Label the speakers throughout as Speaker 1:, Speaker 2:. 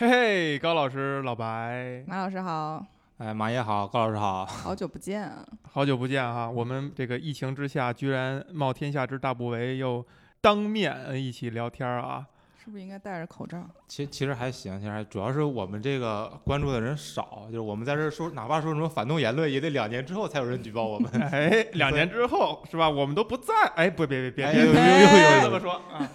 Speaker 1: 嘿嘿，高老师，老白，
Speaker 2: 马老师好，
Speaker 3: 哎，马爷好，高老师好，
Speaker 2: 好久不见啊！
Speaker 1: 好久不见哈、我们这个疫情之下，居然冒天下之大不韪，又当面呃一起聊天儿 啊！
Speaker 2: 是不是应该戴着口罩？
Speaker 3: 其其实还行，其实还主要是我们这个关注的人少，就是我们在这儿说，哪怕说什么反动言论，也得两年之后才有人举报我们。
Speaker 1: 哎，两年之后是吧？我们都不在。哎，不，别别别
Speaker 3: 哎
Speaker 1: 别
Speaker 3: 呦呦呦
Speaker 1: 别
Speaker 3: 呦
Speaker 1: 这
Speaker 3: 呦
Speaker 1: 么
Speaker 3: 呦！
Speaker 1: 说啊！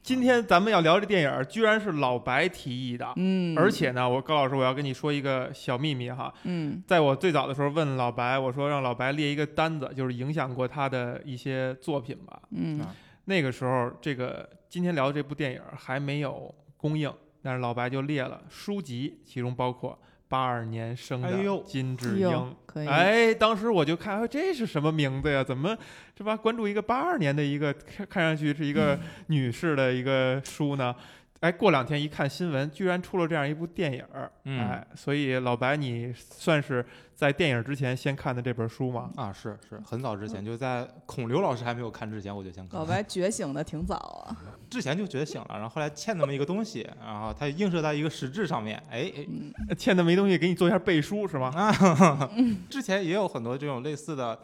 Speaker 1: 今天咱们要聊这电影儿，居然是老白提议的。
Speaker 2: 嗯
Speaker 1: 而且呢，我高老师，我要跟你说一个小秘密哈。
Speaker 2: 嗯
Speaker 1: 在我最早的时候问老白，我说让老白列一个单子，就是影响过他的一些作品吧。
Speaker 2: 嗯
Speaker 3: 啊
Speaker 1: 那个时候，这个今天聊的这部电影还没有公映，但是老白就列了书籍，其中包括八二年生
Speaker 3: 哎
Speaker 1: 的
Speaker 3: 呦
Speaker 1: 金
Speaker 2: 哎
Speaker 1: 智
Speaker 2: 呦
Speaker 1: 英。
Speaker 2: 可以
Speaker 1: 哎，当时我就看，哎这是什么名字呀？怎么是吧？关注一个八二年的一个，看看上去是一
Speaker 3: 嗯
Speaker 1: 个女士的一个书呢？哎，过两天一看新闻，居然出了这样一部电影儿，
Speaker 3: 嗯
Speaker 1: 哎，所以老白，你算是在电影之前先看的这本书吗？
Speaker 3: 啊，是是，很早之前就在孔刘老师还没有看之前，我就先看
Speaker 2: 老
Speaker 3: 了。
Speaker 2: 白觉醒的挺早啊，
Speaker 3: 之前就觉得醒了，然后后来欠那么一个东西，然后它映射到一个实质上面，哎，哎
Speaker 2: 嗯
Speaker 1: 欠的没东西，给你做一下背书是吗？
Speaker 3: 啊， 之前也有很多这种类似的，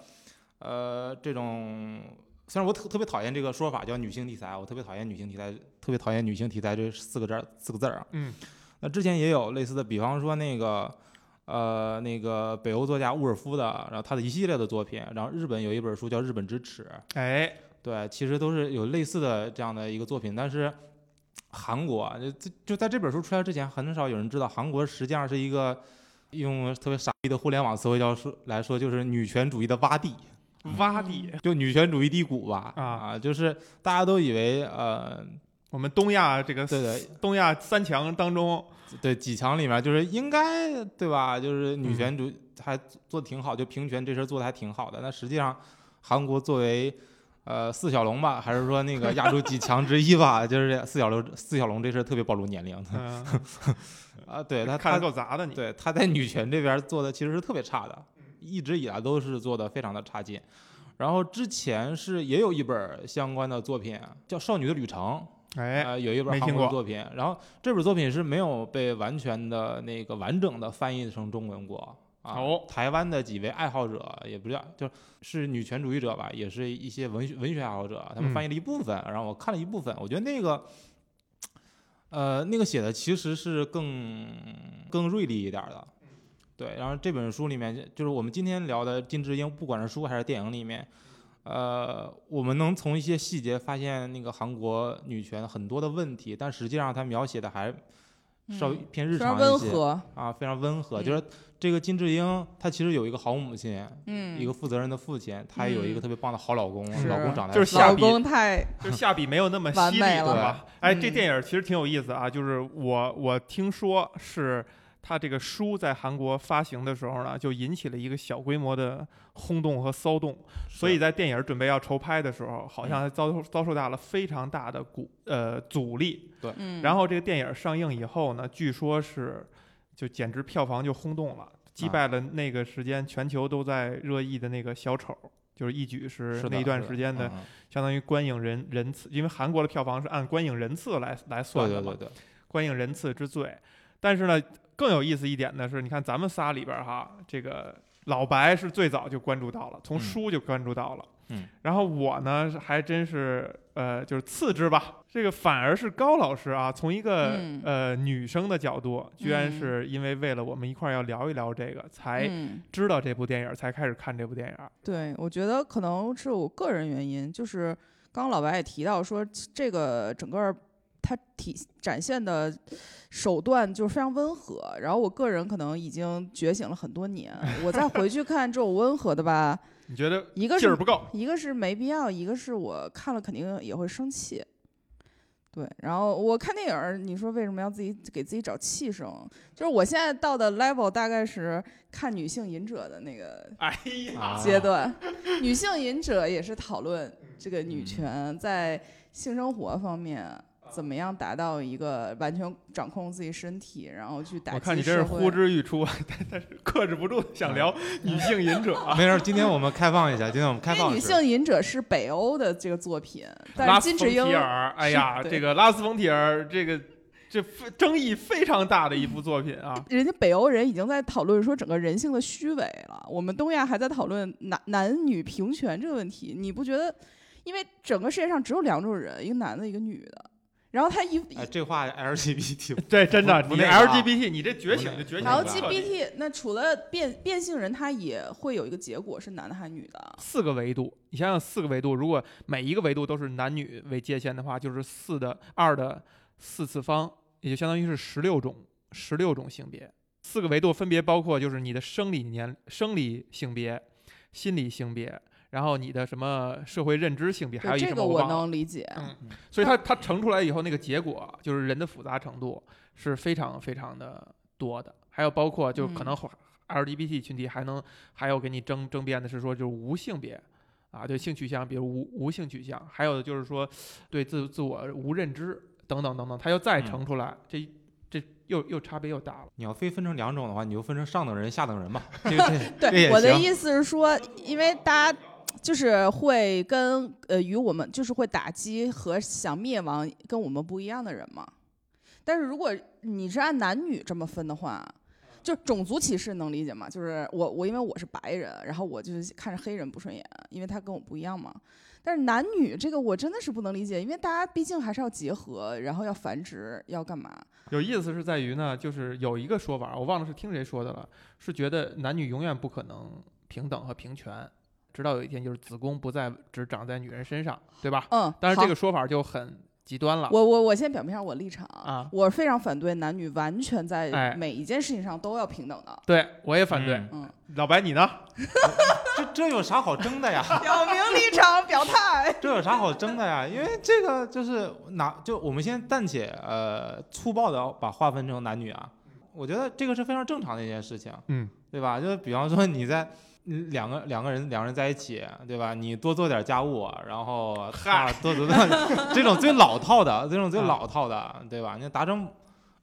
Speaker 3: 呃，这种虽然我特特别讨厌这个说法叫女性题材，我特别讨厌女性题材，特别讨厌女性题材这四个字儿四个字儿啊。
Speaker 1: 嗯，
Speaker 3: 那之前也有类似的，比方说那个。呃，那个北欧作家沃尔夫的，然后他的一系列的作品，然后日本有一本书叫《日本之耻》，
Speaker 1: 哎，
Speaker 3: 对，其实都是有类似的这样的一个作品，但是韩国啊就就就在这本书出来之前，很少有人知道韩国实际上是一个用特别傻逼的互联网词汇叫说来说，就是女权主义的洼地，
Speaker 1: 洼地，
Speaker 3: 就女权主义低谷吧
Speaker 1: 啊
Speaker 3: 就是大家都以为呃，
Speaker 1: 我们东亚这个
Speaker 3: 对的
Speaker 1: 东亚三强当 中，
Speaker 3: 对几强里面就是应该对吧？就是
Speaker 1: 嗯
Speaker 3: 女权主还做的挺好，就平权这事儿做的还挺好的。那实际上，韩国作为呃四小龙吧，还是说那个亚洲几强之一吧， 就是四小龙四小龙这事儿特别暴露年龄
Speaker 1: 嗯，
Speaker 3: 啊。对他
Speaker 1: 看
Speaker 3: 他
Speaker 1: 得够杂的你。
Speaker 3: 对他在女权这边做的其实是特别差的，一直以来都是做的非常的差劲。然后之前是也有一本相关的作品叫《少女的旅程》，
Speaker 1: 哎，
Speaker 3: 呃，有一
Speaker 1: 没
Speaker 3: 本韩
Speaker 1: 听
Speaker 3: 国的
Speaker 1: 过
Speaker 3: 作品，然后这本作品是没有被完全的那个完整的翻译成中文过啊。
Speaker 1: 哦
Speaker 3: 台湾的几位爱好者也不叫，就是是女权主义者吧，也是一些文学文学爱好者，啊他
Speaker 2: 嗯
Speaker 3: 们翻译了一部分，然后我看了一部分，我觉得那个。呃，那个写的其实是更更锐利一点儿的，对。然后这本书里面，就是我们今天聊的金智英，不管是书还是电影里面，呃，我们能从一些细节发现那个韩国女权很多的问题，但实际上她描写的还稍微
Speaker 2: 嗯
Speaker 3: 偏日
Speaker 2: 非常
Speaker 3: 常
Speaker 2: 温
Speaker 3: 一些、
Speaker 2: 和，
Speaker 3: 啊，非常温和。
Speaker 2: 嗯
Speaker 3: 就是这个金智英，她其实有一个好母亲，
Speaker 2: 嗯，
Speaker 3: 一个负责任的父亲，她也有一
Speaker 2: 嗯
Speaker 3: 个特别棒的好老公，
Speaker 1: 是
Speaker 3: 老公长得
Speaker 1: 就是
Speaker 3: 还
Speaker 1: 下
Speaker 2: 老
Speaker 1: 笔
Speaker 2: 公太
Speaker 1: 就是下笔没有那么犀
Speaker 2: 完
Speaker 1: 利，
Speaker 2: 美
Speaker 1: 对
Speaker 2: 了
Speaker 1: 吧？哎，
Speaker 2: 嗯
Speaker 1: 这电影其实挺有意思啊，就是我我听说是他这个书在韩国发行的时候呢，就引起了一个小规模的轰动和骚动，所
Speaker 3: 嗯
Speaker 1: 以在电影准备要筹拍的时候，好像还遭受遭受到了非常大的鼓呃阻力。
Speaker 2: 嗯，
Speaker 1: 然
Speaker 2: 后
Speaker 1: 后这个电影上映以后呢，据说是就简直票房就轰动了，击
Speaker 3: 啊
Speaker 1: 败了那个时间全球都在热议的那个小丑。就是一举是
Speaker 3: 是
Speaker 1: 那
Speaker 3: 的
Speaker 1: 一段
Speaker 3: 是
Speaker 1: 时间的
Speaker 3: 嗯
Speaker 1: 相当于观影人人次，因为韩国的票房是按观影人次来来
Speaker 3: 对
Speaker 1: 算的
Speaker 3: 对
Speaker 1: 嘛，
Speaker 3: 对对，
Speaker 1: 观影人次之最。但是呢，更有意思一点的是，你看咱们仨里边儿哈，这个老白是最早就关注到了，从
Speaker 3: 嗯
Speaker 1: 书就关注到了。
Speaker 3: 嗯
Speaker 1: 然后我呢，还真是呃，就是次之吧。这个反而是高老师啊，从一个、
Speaker 2: 嗯
Speaker 1: 呃女生的角度，居然
Speaker 2: 嗯
Speaker 1: 是因为为了我们一块儿要聊一聊这个，才
Speaker 2: 嗯，
Speaker 1: 知道这部电影儿，才开始看这部电影儿。
Speaker 2: 对，我觉得可能是我个人原因，就是刚刚老白也提到说，这个整个儿它体展现的手段就是非常温和。然后我个人可能已经觉醒了很多年，我再回去看这种温和的吧，
Speaker 1: 你觉得
Speaker 2: 一个
Speaker 1: 劲
Speaker 2: 是
Speaker 1: 儿不够？
Speaker 2: 一个是没必要，一个是我看了肯定也会生气。对，然后我看电影儿，你说为什么要自己给自己找气声？就是我现在到的 level 大概是看女性隐者的那个
Speaker 1: 哎呀，
Speaker 3: 啊
Speaker 2: 阶段，女性隐者也是讨论这个女
Speaker 1: 嗯
Speaker 2: 权在性生活方面怎么样达到一个完全掌控自己身体，然后去打击
Speaker 1: 我看你真是
Speaker 2: 社会
Speaker 1: 呼之欲出，但 但是克制不住
Speaker 3: 啊
Speaker 1: 想聊女性隐者啊。
Speaker 3: 没事儿，今天我们开放一下，今天我们开
Speaker 2: 因为
Speaker 3: 放
Speaker 2: 女
Speaker 3: 一下
Speaker 2: 性隐者是北欧的这个作品，但
Speaker 1: 拉斯
Speaker 2: 是金
Speaker 1: 冯
Speaker 2: 智英
Speaker 1: 提尔，哎呀，
Speaker 2: 是对
Speaker 1: 这个拉斯冯提尔，这个这非争议非常大的一部作品 啊。
Speaker 2: 人家北欧人已经在讨论说整个人性的虚伪了，我们东亚还在讨论男男女平权这个问题，你不觉得？因为整个世界上只有两种人，一个男的，一个女的。然后他一，
Speaker 3: 哎，这话 LGBT
Speaker 1: 这真的，
Speaker 3: 不
Speaker 1: 你
Speaker 3: 那个啊
Speaker 1: LGBT，你这觉醒就觉醒
Speaker 2: 然后
Speaker 1: 了。
Speaker 3: LGBT
Speaker 2: GPT 那除了变变性人，他也会有一个结果是男的还是女的？啊
Speaker 1: 四个维度，你想想四个维度，如果每一个维度都是男女为界限的话，就是四的二的四次方，也就相当于是十六种十六种性别。四个维度分别包括就是你的生理年生理性别、心理性别，然后你的什么社会认知性别，还有
Speaker 2: 对
Speaker 1: 一
Speaker 2: 这
Speaker 1: 什么
Speaker 2: 个
Speaker 1: 我
Speaker 2: 我
Speaker 1: 忘了。
Speaker 2: 能理解。
Speaker 1: 所以它它乘出来以后，那个结果就是人的复杂程度是非常非常的多的，还有包括就可能 LGBT 群体还能还有给你争争辩的是说就是无性别。啊，对性取向，比如无无性取向，还有的就是说，对自自我无认知等等等等，它又再乘出来，这这又又差别又大了。
Speaker 3: 你要非分成两种的话，你就分成上等人、下等人吧。这个这这
Speaker 2: 对，
Speaker 3: 也
Speaker 2: 我的
Speaker 3: 行
Speaker 2: 意思是说，因为大家就是会跟呃与我们就是会打击和想灭亡跟我们不一样的人嘛。但是如果你是按男女这么分的话，就种族歧视能理解吗？就是我我因为我是白人，然后我就是看着黑人不顺眼，因为他跟我不一样嘛。但是男女这个我真的是不能理解，因为大家毕竟还是要结合，然后要繁殖，要干嘛？
Speaker 1: 有意思是在于呢，就是有一个说法，我忘了是听谁说的了，是觉得男女永远不可能平等和平权，直到有一天就是子宫不再只长在女人身上，对吧？
Speaker 2: 嗯，
Speaker 1: 但是
Speaker 2: 好
Speaker 1: 这个说法就很极端了。
Speaker 2: 我我我先表明一下我立场
Speaker 1: 啊
Speaker 2: 我非常反对男女完全
Speaker 1: 哎
Speaker 2: 在每一件事情上都要平等的。
Speaker 1: 对我也反对。
Speaker 3: 嗯
Speaker 2: 嗯，
Speaker 1: 老白，你呢？
Speaker 3: 这这有啥好争的呀？
Speaker 2: 表明立场，表态。
Speaker 3: 这有啥好争的呀？因为这个就是哪就我们先暂且呃粗暴的把划分成男女啊，我觉得这个是非常正常的一件事情，
Speaker 1: 嗯，
Speaker 3: 对吧？就是比方说你在嗯两个两个人两个人在一起，对吧？你多做点家务，然后
Speaker 1: 嗨
Speaker 3: 他多做点 这种最老套的，这种最老套的，对吧？你达成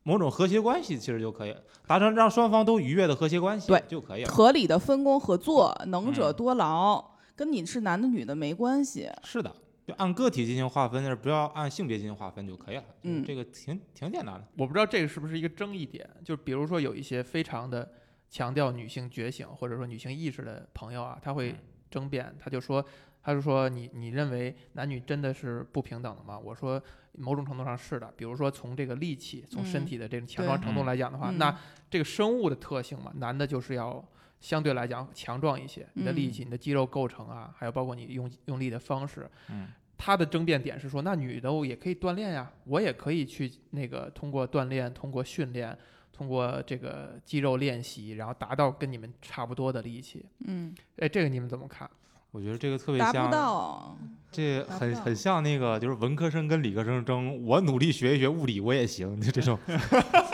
Speaker 3: 某种和谐关系其实就可以了，达成让双方都愉悦的和谐关系
Speaker 2: 对
Speaker 3: 就可以了。
Speaker 2: 合理的分工合作，能者
Speaker 3: 嗯
Speaker 2: 多劳，跟你是男的女的没关系。
Speaker 3: 是的，就按个体进行划分，但是不要按性别进行划分就可以了。
Speaker 2: 嗯
Speaker 3: 这个挺挺简单的。
Speaker 1: 我不知道这个是不是一个争议点，就比如说有一些非常的强调女性觉醒或者说女性意识的朋友啊，他会
Speaker 3: 嗯
Speaker 1: 争辩，他就说，他就说你你认为男女真的是不平等的吗？我说某种程度上是的，比如说从这个力气、从身
Speaker 2: 嗯
Speaker 1: 体的这种强
Speaker 2: 对
Speaker 1: 壮程度
Speaker 3: 嗯
Speaker 1: 来讲的话，
Speaker 2: 嗯
Speaker 1: 那这个生物的特性嘛，男的就是要相对来讲强壮一些，你的力
Speaker 2: 嗯
Speaker 1: 气、你的肌肉构成啊，还有包括你用用力的方式，
Speaker 3: 嗯，
Speaker 1: 他的争辩点是说，那女的我也可以锻炼呀，我也可以去那个通过锻炼、通过训练、通过这个肌肉练习，然后达到跟你们差不多的力气。
Speaker 2: 嗯，
Speaker 1: 哎，这个你们怎么看？
Speaker 3: 我觉得这个特别
Speaker 2: 达不
Speaker 3: 像，
Speaker 2: 到。
Speaker 3: 这
Speaker 2: 达不
Speaker 3: 很
Speaker 2: 到
Speaker 3: 很像那个就是文科生跟理科生争，我努力学一学物理我也行，就这种。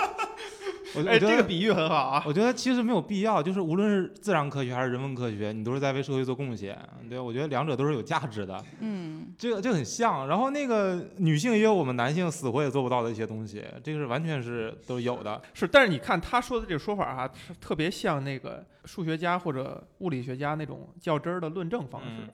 Speaker 3: 我我
Speaker 1: 哎，
Speaker 3: 觉
Speaker 1: 这
Speaker 3: 得、
Speaker 1: 个比喻很好啊。
Speaker 3: 我觉得其实没有必要，就是无论是自然科学还是人文科学，你都是在为社会做贡献。对，我觉得两者都是有价值的。
Speaker 2: 嗯，
Speaker 3: 这个这个很像。然后那个女性也有我们男性死活也做不到的一些东西，这个是完全是都有的。
Speaker 1: 是，但是你看他说的这个说法啊，是特别像那个数学家或者物理学家那种较真儿的论证方式。
Speaker 3: 嗯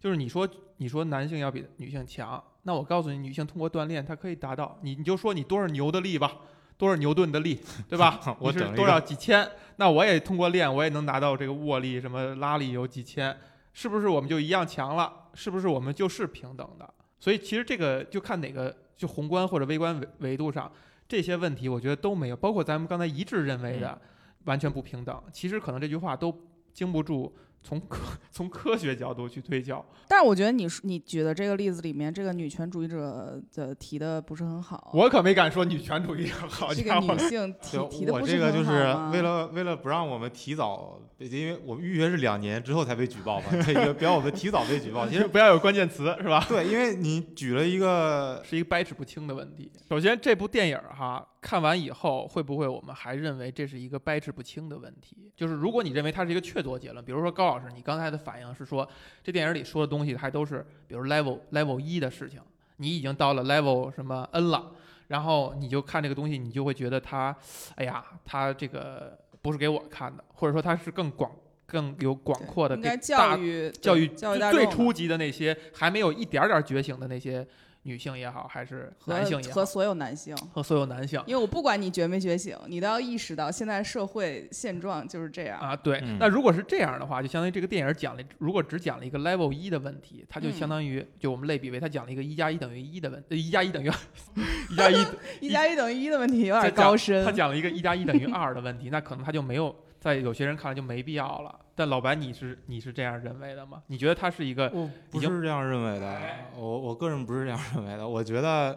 Speaker 1: 就是你说你说男性要比女性强，那我告诉你，女性通过锻炼她可以达到，你你就说你多少牛的力吧，多少牛顿的力，对吧？
Speaker 3: 我
Speaker 1: 你
Speaker 3: 整
Speaker 1: 是
Speaker 3: 了一
Speaker 1: 多
Speaker 3: 个
Speaker 1: 少几千？那我也通过练，我也能拿到这个握力，什么拉力有几千，是不是我们就一样强了？是不是我们就是平等的？所以其实这个就看哪个，就宏观或者微观维维度上，这些问题我觉得都没有，包括咱们刚才一致认为的
Speaker 2: 嗯
Speaker 1: 完全不平等，其实可能这句话都经不住从科 从科学角度去推敲。
Speaker 2: 但是我觉得你说你举的这个例子里面，这个女权主义者的提的不是很好。
Speaker 1: 我可没敢说女权主义者好
Speaker 2: 这
Speaker 1: 家
Speaker 2: 个
Speaker 1: 伙
Speaker 2: 女，性提
Speaker 3: 对
Speaker 2: 提的
Speaker 3: 我
Speaker 2: 不
Speaker 3: 这个
Speaker 2: 很好
Speaker 3: 就是
Speaker 2: 吗
Speaker 3: 为了为了不让我们提早，因为我们预约是两年之后才被举报嘛，这个不要我们提早被举报。其实
Speaker 1: 不要有关键词是吧？
Speaker 3: 对，因为你举了一个，
Speaker 1: 是一个掰扯不清的问题。首先，这部电影儿哈，看完以后会不会我们还认为这是一个掰扯不清的问题？就是如果你认为它是一个确凿结论，比如说高老师，你刚才的反应是说，这电影里说的东西还都是比如 level level 一的事情，你已经到了 level 什么 n 了，然后你就看这个东西，你就会觉得它，哎呀，它这个不是给我看的，或者说它是更广。更有广
Speaker 2: 对
Speaker 1: 阔的
Speaker 2: 应
Speaker 1: 给
Speaker 2: 该
Speaker 1: 大
Speaker 2: 教育
Speaker 1: 教育
Speaker 2: 教
Speaker 1: 最
Speaker 2: 育大
Speaker 1: 最
Speaker 2: 众
Speaker 1: 初级的那些还没有一点儿点儿觉醒的那些女性也好，还是
Speaker 2: 和
Speaker 1: 男性也好
Speaker 2: 和，所有男性，
Speaker 1: 和所有男性
Speaker 2: 因为我不管你觉没觉醒，你都要意识到现在社会现状就是这样。
Speaker 1: 啊，对。
Speaker 3: 嗯
Speaker 1: 那如果是这样的话，就相当于这个电影讲了，如果只讲了一个 level 一的问题，它就相
Speaker 2: 嗯
Speaker 1: 当于、就我们类比为它讲了一个一加一等于一的问，呃一加一等于二， 一 加一
Speaker 2: 一加一等于一的问题有
Speaker 1: 他
Speaker 2: 点
Speaker 1: 讲
Speaker 2: 高深
Speaker 1: 他，讲了一个一加一等于二的问题，那可能他就没有在有些人看来就没必要了。但老白，你是你是这样认为的吗？你觉得他是一个
Speaker 3: 我不
Speaker 1: 已经
Speaker 3: 是这样认为的，我我个人不是这样认为的。我觉得，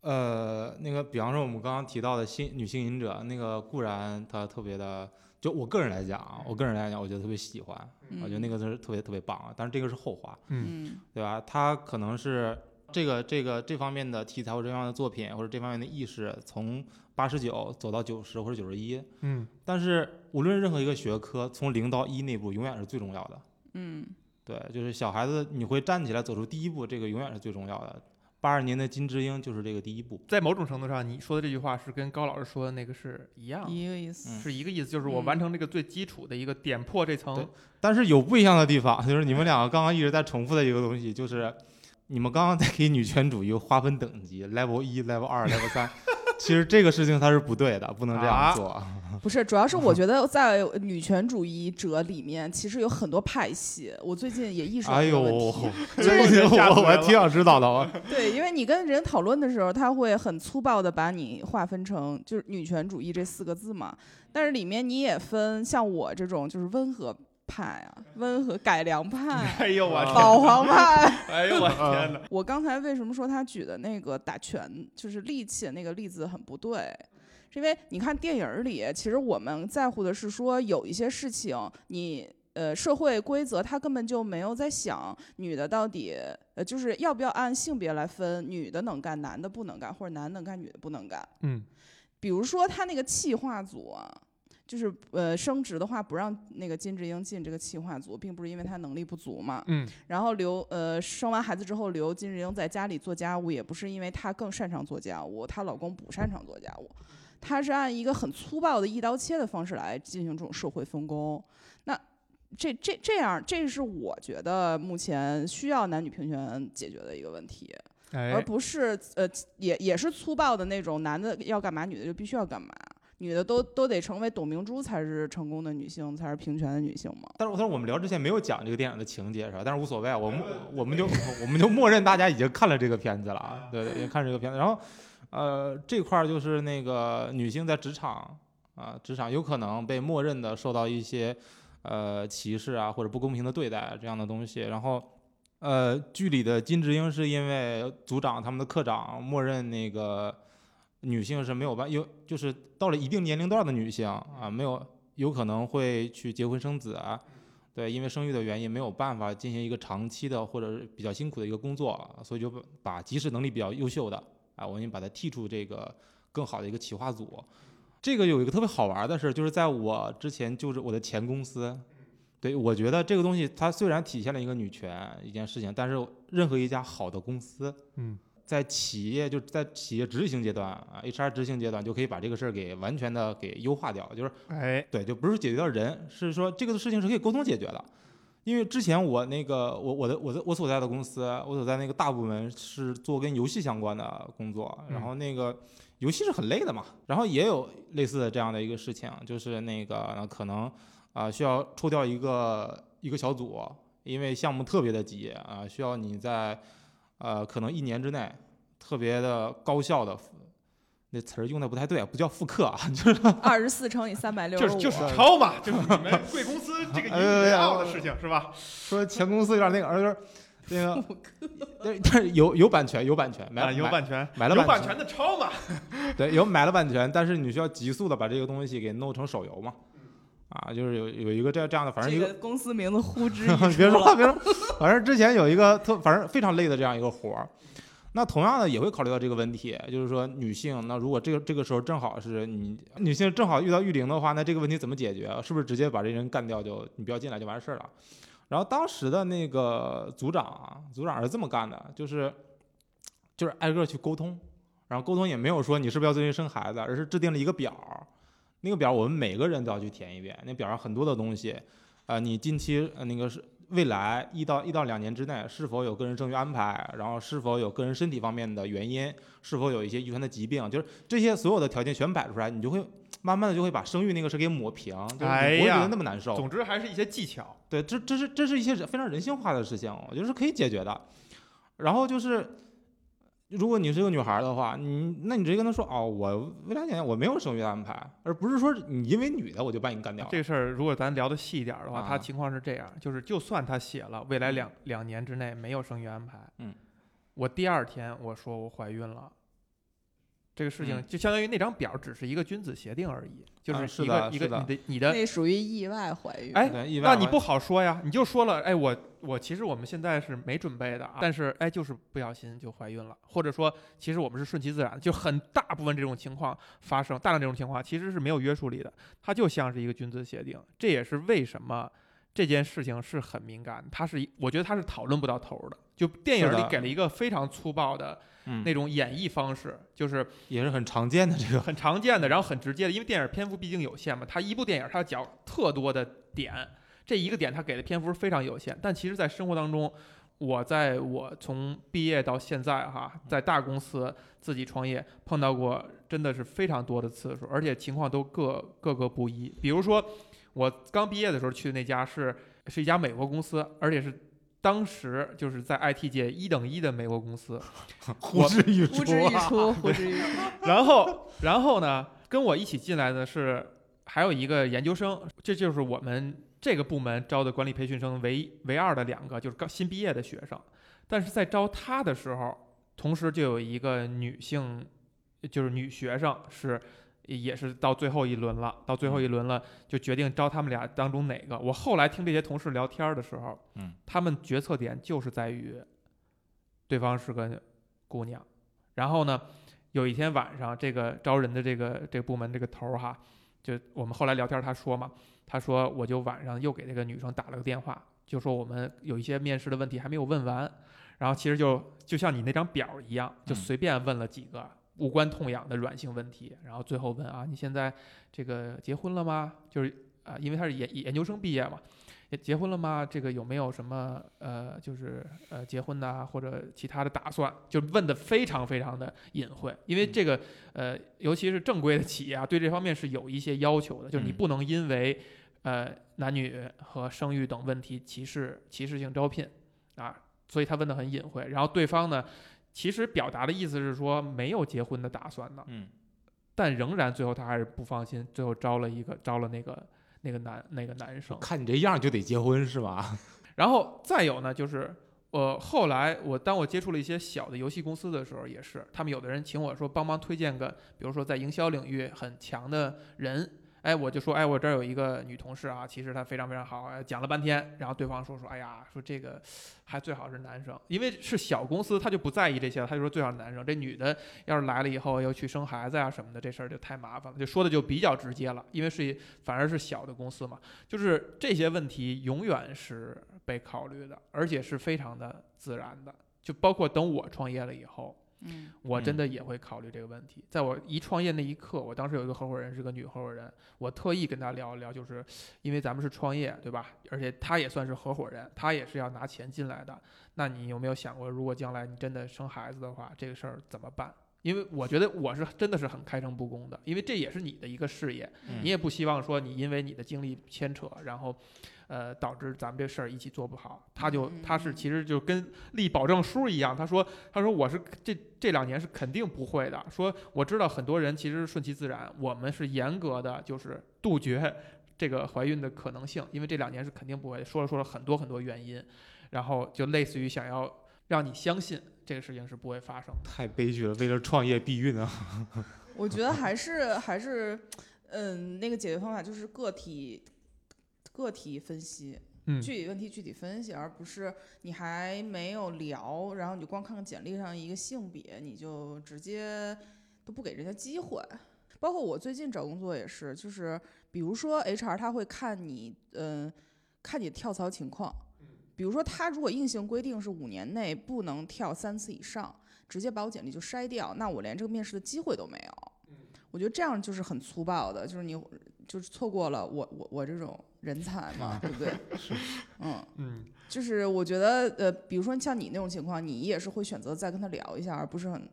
Speaker 3: 呃，那个，比方说我们刚刚提到的新女性瘾者，那个固然她特别的，就我个人来讲啊，我个人来讲，我觉得特别喜欢，
Speaker 2: 嗯
Speaker 3: 我觉得啊那个真是特别特别棒啊。但是这个是后话，
Speaker 2: 嗯
Speaker 3: 对吧？他可能是这个这个这方面的题材或者这方面的作品或者这方面的意识，从八十九走到九十或者九十一，
Speaker 1: 嗯
Speaker 3: 但是无论任何一个学科，从零到一那步永远是最重要的。
Speaker 2: 嗯
Speaker 3: 对，就是小孩子你会站起来走出第一步，这个永远是最重要的。八二年的金智英就是这个第一步。
Speaker 1: 在某种程度上，你说的这句话是跟高老师说的那个是一样的，
Speaker 2: 一个意思。
Speaker 3: 嗯
Speaker 1: 是一个意思，就是我完成这个最基础的一个点破这层
Speaker 3: 对但是有不一样的地方， 就是你们两个刚刚一直在重复的一个东西，就是你们刚刚在给女权主义划分等级，level 一、level 二、level 三。 其实这个事情它是不对的，不能这
Speaker 1: 啊
Speaker 3: 样做。
Speaker 2: 不是，主要
Speaker 3: 嗯
Speaker 2: 是我觉得在女权主义者里面，其实有很多派系。我最近也意识到
Speaker 3: 哎
Speaker 2: 这
Speaker 3: 呦，
Speaker 2: 个问
Speaker 3: 我
Speaker 2: 题。
Speaker 1: 就是吓死
Speaker 3: 我还
Speaker 1: 人。
Speaker 3: 挺想知道的。我
Speaker 2: 对，因为你跟人讨论的时候，他会很粗暴的把你划分成就是女权主义这四个字嘛，但是里面你也分像我这种就是温和派啊，温和改良派
Speaker 1: 哎呦我
Speaker 3: 啊
Speaker 1: 天
Speaker 2: 保皇派，
Speaker 1: 哪，哎呦我
Speaker 3: 嗯
Speaker 1: 天哪！
Speaker 2: 我刚才为什么说他举的那个打拳就是力气的那个例子很不对？是因为你看电影儿里，其实我们在乎的是说有一些事情你。呃，社会规则他根本就没有在想女的到底呃，就是要不要按性别来分，女的能干，男的不能干，或者男能干，女的不能干。
Speaker 1: 嗯
Speaker 2: 比如说他那个企划组啊，就是呃升职的话不让那个金智英进这个企划组，并不是因为她能力不足嘛，
Speaker 1: 嗯
Speaker 2: 然后留呃生完孩子之后留金智英在家里做家务，也不是因为她更擅长做家务，她老公不擅长做家务，
Speaker 1: 嗯
Speaker 2: 她是按一个很粗暴的一刀切的方式来进行这种社会分工。那这这这样，这是我觉得目前需要男女平权解决的一个问题，而
Speaker 1: 哎
Speaker 2: 不是呃也也是粗暴的那种，男的要干嘛，女的就必须要干嘛。女的都都得成为董明珠才是成功的女性，才是平权的女性 嘛？
Speaker 3: 但是，但是我们聊之前没有讲这个电影的情节是吧？但是无所谓，我们我们就我们就默认大家已经看了这个片子了啊，对对，已经看了这个片子。然后，呃，这块儿就是那个女性在职场啊、职场有可能被默认的受到一些呃歧视啊或者不公平的对待这样的东西。然后，呃，剧里的金智英是因为组长他们的课长默认那个女性是没有办，有就是到了一定年龄段的女性啊，没有有可能会去结婚生子啊，对，因为生育的原因没有办法进行一个长期的或者是比较辛苦的一个工作，所以就把把即使能力比较优秀的啊，我们把它剔出这个更好的一个企划组。这个有一个特别好玩的事，就是在我之前就是我的前公司，对我觉得这个东西它虽然体现了一个女权一件事情，但是任何一家好的公司，
Speaker 1: 嗯
Speaker 3: 在企业就在企业执行阶段啊，HR 执行阶段就可以把这个事儿给完全的给优化掉，就是
Speaker 1: 哎
Speaker 3: 对，就不是解决到人，是说这个事情是可以沟通解决的。因为之前我那个我我的我的我所在的公司，我所在那个大部门是做跟游戏相关的工作，
Speaker 1: 嗯
Speaker 3: 然后那个游戏是很累的嘛，然后也有类似的这样的一个事情，就是那个呃可能啊、需要抽调一个一个小组，因为项目特别的急啊、需要你在呃可能一年之内特别的高效的，那词儿用的不太对，不叫复刻啊， 就是
Speaker 2: 二十四乘以三百六
Speaker 1: 就
Speaker 2: 十
Speaker 1: 是
Speaker 2: 五，
Speaker 1: 就是抄嘛，就是你们贵公司这
Speaker 3: 哎
Speaker 1: 个引以为傲的事情是吧？
Speaker 3: 说前公司有点那个，而就是那个，但是但是有有版权，有版权，买
Speaker 1: 啊，
Speaker 3: 了
Speaker 1: 有版权，
Speaker 3: 买了
Speaker 1: 有
Speaker 3: 版
Speaker 1: 版，权的抄嘛，
Speaker 3: 对，有买了版权，但是你需要急速的把这个东西给弄成手游嘛，啊，就是有有一个这样这样的，反正一
Speaker 2: 这
Speaker 3: 个
Speaker 2: 个公司名字呼 之欲出
Speaker 3: 别说了，
Speaker 2: 了。
Speaker 3: 别说了，反正之前有一个特，反正非常累的这样一个活儿。那同样的也会考虑到这个问题，就是说女性，那如果这个这个时候正好是你女性正好遇到育龄的话，那这个问题怎么解决？是不是直接把这人干掉就你不要进来就完事儿了？然后当时的那个组长啊，组长是这么干的，就是就是挨个去沟通，然后沟通也没有说你是不是要最近生孩子，而是制定了一个表儿，那个表儿我们每个人都要去填一遍，那表儿上很多的东西，啊、你近期呃那个是未来一到一到两年之内是否有个人生育安排，然后是否有个人身体方面的原因，是否有一些遗传的疾病，就是这些所有的条件全摆出来，你就会慢慢的就会把生育那个事给抹平，就是你不
Speaker 1: 哎
Speaker 3: 会觉
Speaker 1: 呀
Speaker 3: 得那么难受。
Speaker 1: 总之还是一些技巧。
Speaker 3: 对，这这是这是一些人非常人性化的事情，我觉得是可以解决的。然后就是，如果你是个女孩儿的话，你那你直接跟她说哦，我未来年我没有生育的安排，而不是说你因为女的我就把你干掉了。
Speaker 1: 这事儿如果咱聊的细一点儿的话，
Speaker 3: 啊
Speaker 1: 他情况是这样，就是就算他写了未来两两年之内没有生育安排，
Speaker 3: 嗯，
Speaker 1: 我第二天我说我怀孕了。这个事情
Speaker 3: 嗯
Speaker 1: 就相当于那张表只是一个君子协定而已，就
Speaker 3: 啊
Speaker 1: 是
Speaker 3: 是
Speaker 1: 一个、
Speaker 3: 的
Speaker 1: 一个
Speaker 3: 是的
Speaker 1: 你的你的
Speaker 2: 那属于意外怀孕。
Speaker 1: 哎
Speaker 3: 对，意外啊
Speaker 1: 那
Speaker 3: 怀
Speaker 1: 你不好说呀，你就说了，哎，我我其实我们现在是没准备的啊，但是哎，就是不小心就怀孕了，或者说其实我们是顺其自然的，就很大部分这种情况发生，大量这种情况其实是没有约束力的，它就像是一个君子协定，这也是为什么这件事情是很敏感，它是一我觉得它是讨论不到头儿的，就电影
Speaker 3: 是
Speaker 1: 里
Speaker 3: 的
Speaker 1: 给了一个非常粗暴的
Speaker 3: 嗯
Speaker 1: 那种演绎方式，就是
Speaker 3: 也是很常见的这个。
Speaker 1: 很常见的，然后很直接的，因为电影篇幅毕竟有限嘛，它一部电影它要讲特多的点，这一个点它给的篇幅非常有限。但其实，在生活当中，我在我从毕业到现在哈，在大公司自己创业碰到过真的是非常多的次数，而且情况都各各个不一。比如说，我刚毕业的时候去的那家是是一家美国公司，而且是。当时就是在 IT 界一等一的美国公司，
Speaker 3: 呼之欲
Speaker 2: 呼之
Speaker 3: 出
Speaker 2: 欲
Speaker 3: 啊！
Speaker 2: 出，呼之欲出。
Speaker 1: 然后，然后呢，跟我一起进来的是还有一个研究生，这就是我们这个部门招的管理培训生唯一唯二的两个，就是刚新毕业的学生。但是在招他的时候，同时就有一个女性，就是女学生是。也是到最后一轮了，到最后一轮了，就决定招他们俩当中哪个。我后来听这些同事聊天的时候，
Speaker 3: 嗯，
Speaker 1: 他们决策点就是在于对方是个姑娘，然后呢，有一天晚上，这个招人的这个这个部门这个头儿哈，就我们后来聊天，他说嘛，他说我就晚上又给这个女生打了个电话，就说我们有一些面试的问题还没有问完，然后其实就就像你那张表儿一样，就
Speaker 3: 嗯
Speaker 1: 随便问了几个。无关痛痒的软性问题，然后最后问啊，你现在这个结婚了吗？就是啊、因为他是研研究生毕业嘛，也结婚了吗？这个有没有什么呃，就是呃结婚呐、或者其他的打算？就问的非常非常的隐晦，因为
Speaker 3: 嗯
Speaker 1: 这个呃，尤其是正规的企业啊，对这方面是有一些要求的，就是你
Speaker 3: 嗯
Speaker 1: 不能因为呃男女和生育等问题歧视歧视性招聘啊，所以他问的很隐晦。然后对方呢，其实表达的意思是说没有结婚的打算呢，
Speaker 3: 嗯，
Speaker 1: 但仍然最后他还是不放心，最后招了一个招了那个那个男那个男生。
Speaker 3: 看你这样就得结婚是吧？
Speaker 1: 然后再有呢，就是呃，后来我当我接触了一些小的游戏公司的时候，也是他们有的人请我说帮忙推荐个，比如说在营销领域很强的人，哎，我就说，哎，我这儿有一个女同事啊，其实她非常非常好，哎讲了半天，然后对方说说，哎呀，说这个还最好是男生，因为是小公司，他就不在意这些了，他就说最好是男生。这女的要是来了以后要去生孩子啊什么的，这事儿就太麻烦了，就说的就比较直接了，因为是反而是小的公司嘛，就是这些问题永远是被考虑的，而且是非常的自然的。就包括等我创业了以后，
Speaker 2: 嗯
Speaker 1: 我真的也会考虑这个问题。在我一创业那一刻，我当时有一个合伙人是个女合伙人，我特意跟她聊一聊，就是因为咱们是创业，对吧？而且她也算是合伙人，她也是要拿钱进来的。那你有没有想过，如果将来你真的生孩子的话，这个事儿怎么办？因为我觉得我是真的是很开诚布公的，因为这也是你的一个事业，
Speaker 3: 嗯
Speaker 1: 你也不希望说你因为你的经历牵扯，然后，呃，导致咱们这事儿一起做不好。他就他是其实就跟立保证书一样，他说他说我是这这两年是肯定不会的。说我知道很多人其实是顺其自然，我们是严格的就是杜绝这个怀孕的可能性，因为这两年是肯定不会。说了说了很多很多原因，然后就类似于想要让你相信这个事情是不会发生的。
Speaker 3: 太悲剧了，为了创业避孕啊！
Speaker 2: 我觉得还是还是，嗯，那个解决方法就是个体个体分析，
Speaker 1: 嗯
Speaker 2: 具体问题具体分析，而不是你还没有聊，然后你就光看看简历上一个性别，你就直接都不给人家机会。包括我最近找工作也是，就是比如说 HR 他会看你，嗯，看你跳槽情况。比如说，他如果硬性规定是五年内不能跳三次以上，直接把我简历就筛掉，那我连这个面试的机会都没有。我觉得这样就是很粗暴的，就是你就是错过了我我我这种人才嘛，对不对？嗯，
Speaker 1: 嗯，
Speaker 2: 就是我觉得呃，比如说像你那种情况，你也是会选择再跟他聊一下，而不是很。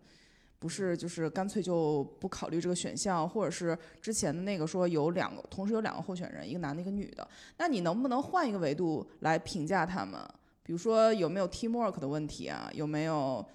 Speaker 2: 不是，就是干脆就不考虑这个选项，或者是之前的那个说有两个，同时有两个候选人，一个男的，一个女的。那你能不能换一个维度来评价他们？比如说有没有 teamwork 的问题啊？有没有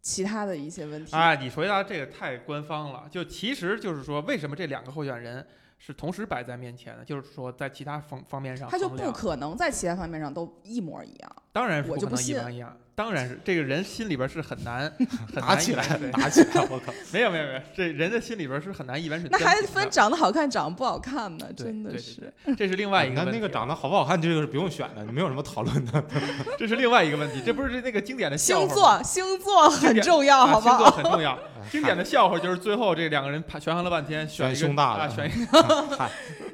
Speaker 2: 其他的一些问题？
Speaker 1: 啊，你回答这个太官方了，就其实就是说，为什么这两个候选人是同时摆在面前的？就是说，在其他方方面上
Speaker 2: 他就
Speaker 1: 衡
Speaker 2: 不
Speaker 1: 量
Speaker 2: 可能在其他方面上都一模一样。
Speaker 1: 当然是
Speaker 2: 我
Speaker 1: 不
Speaker 2: 就
Speaker 1: 可
Speaker 2: 不
Speaker 1: 能一
Speaker 2: 信
Speaker 1: 模一样，当然是这个人心里边是很 难很
Speaker 3: 打
Speaker 1: 难
Speaker 3: 起
Speaker 1: 一
Speaker 3: 来
Speaker 1: 碗，水
Speaker 3: 打起来，我 靠！
Speaker 1: 没有没有没有，这人的心里边是很难一碗水
Speaker 2: 那
Speaker 1: 端
Speaker 2: 还
Speaker 1: 平
Speaker 2: 分
Speaker 1: 的
Speaker 2: 长得好看、长得不好看呢，
Speaker 1: 对
Speaker 2: 真的
Speaker 1: 对
Speaker 2: 是。
Speaker 1: 这是另外一个
Speaker 3: 那
Speaker 1: 问题
Speaker 3: 那个啊
Speaker 1: 了
Speaker 3: 长得好不好看，这个是不用选的，没有什么讨论 的。
Speaker 1: 这是另外一个问题，这不是那个经典的笑话
Speaker 2: 星
Speaker 1: 吗
Speaker 2: 座，星座很
Speaker 1: 点
Speaker 2: 重要，
Speaker 1: 啊
Speaker 2: 好不
Speaker 1: 星座
Speaker 2: 好？
Speaker 1: 很重 要。经典的笑话就是最后这两个人盘权衡了半天，选一个
Speaker 3: 选胸大的
Speaker 1: 啊，选一个。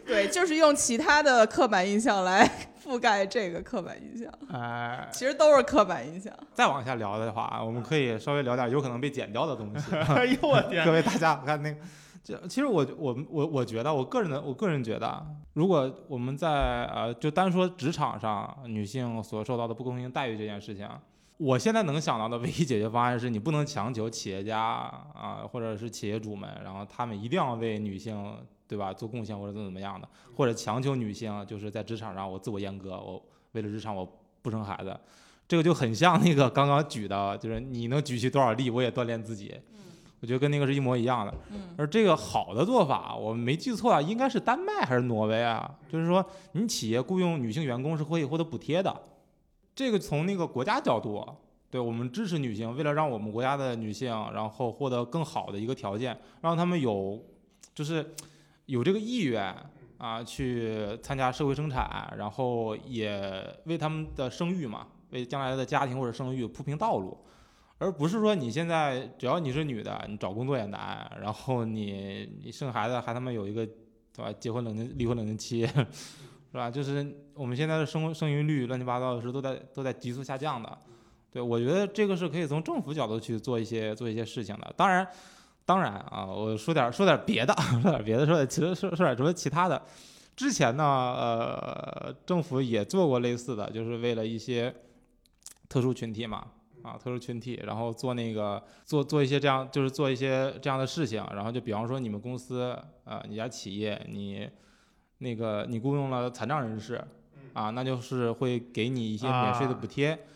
Speaker 2: 对，就是用其他的刻板印象来覆盖这个刻板印象，
Speaker 1: 哎，
Speaker 2: 其实都是刻板印象。
Speaker 3: 再往下聊的话，我们可以稍微聊点有可能被剪掉的东西。
Speaker 1: 哎呦我天
Speaker 3: 各！位大家看那个，这其实我我我我觉得，我个人的我个人觉得啊，如果我们在呃就单说职场上女性所受到的不公平待遇这件事情啊，我现在能想到的唯一解决方案是你不能强求企业家啊、或者是企业主们，然后他们一定要为女性对吧做贡献或者怎么怎么样的，或者强求女性就是在职场上我自我阉割，我为了职场我不生孩子。这个就很像那个刚刚举的，就是你能举起多少例，我也锻炼自己。我觉得跟那个是一模一样的。
Speaker 2: 嗯，
Speaker 3: 而这个好的做法，我没记错啊，应该是丹麦还是挪威啊？就是说，你企业雇佣女性员工是可以获得补贴的。这个从那个国家角度，对我们支持女性，为了让我们国家的女性，然后获得更好的一个条件，让她们有，就是有这个意愿啊，去参加社会生产，然后也为她们的生育嘛，为将来的家庭或者生育铺平道路。而不是说你现在只要你是女的，你找工作也难，然后你你生孩子还他妈有一个对吧？结婚冷静，离婚冷静期， 是吧？就是我们现在的生生育率乱七八糟的是都在都在急速下降的。对，我觉得这个是可以从政府角度去做一些做一些事情的。当然，当然啊，我说点说点别的， 说点别的，说点其实说说点什么其他的。之前呢，呃，政府也做过类似的，就是为了一些特殊群体嘛，啊，特殊群体，然后做那个做做一些这样，就是做一些这样的事情，然后就比方说你们公司，呃，你家企业，你那个你雇佣了残障人士，啊，那就是会给你一些免税的补贴。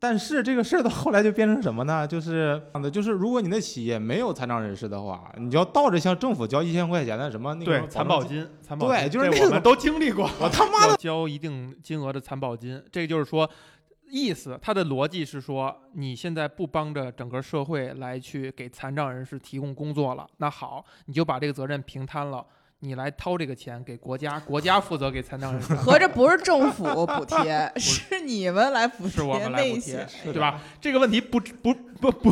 Speaker 3: 但是这个事儿到后来就变成什么呢？ 就是这样的，就是如果你的企业没有残障人士的话，你就要倒着向政府交一千块钱的什么那个
Speaker 1: 对，残保
Speaker 3: 金。
Speaker 1: 金，残保
Speaker 3: 对
Speaker 1: 金
Speaker 3: 就
Speaker 1: 这
Speaker 3: 是那
Speaker 1: 我
Speaker 3: 个
Speaker 1: 们都经历过，
Speaker 3: 我他妈
Speaker 1: 要交一定金额的残保金。这个就是说，意思它的逻辑是说，你现在不帮着整个社会来去给残障人士提供工作了，那好，你就把这个责任平摊了。你来掏这个钱给国家，国家负责给残障人 士，
Speaker 2: 合着不是政府补贴， 是你们来补
Speaker 1: 是我
Speaker 2: 贴
Speaker 1: 们来补
Speaker 2: 那
Speaker 1: 贴
Speaker 2: 些，
Speaker 3: 是
Speaker 1: 对
Speaker 3: 的
Speaker 1: 吧？这个问题不不不不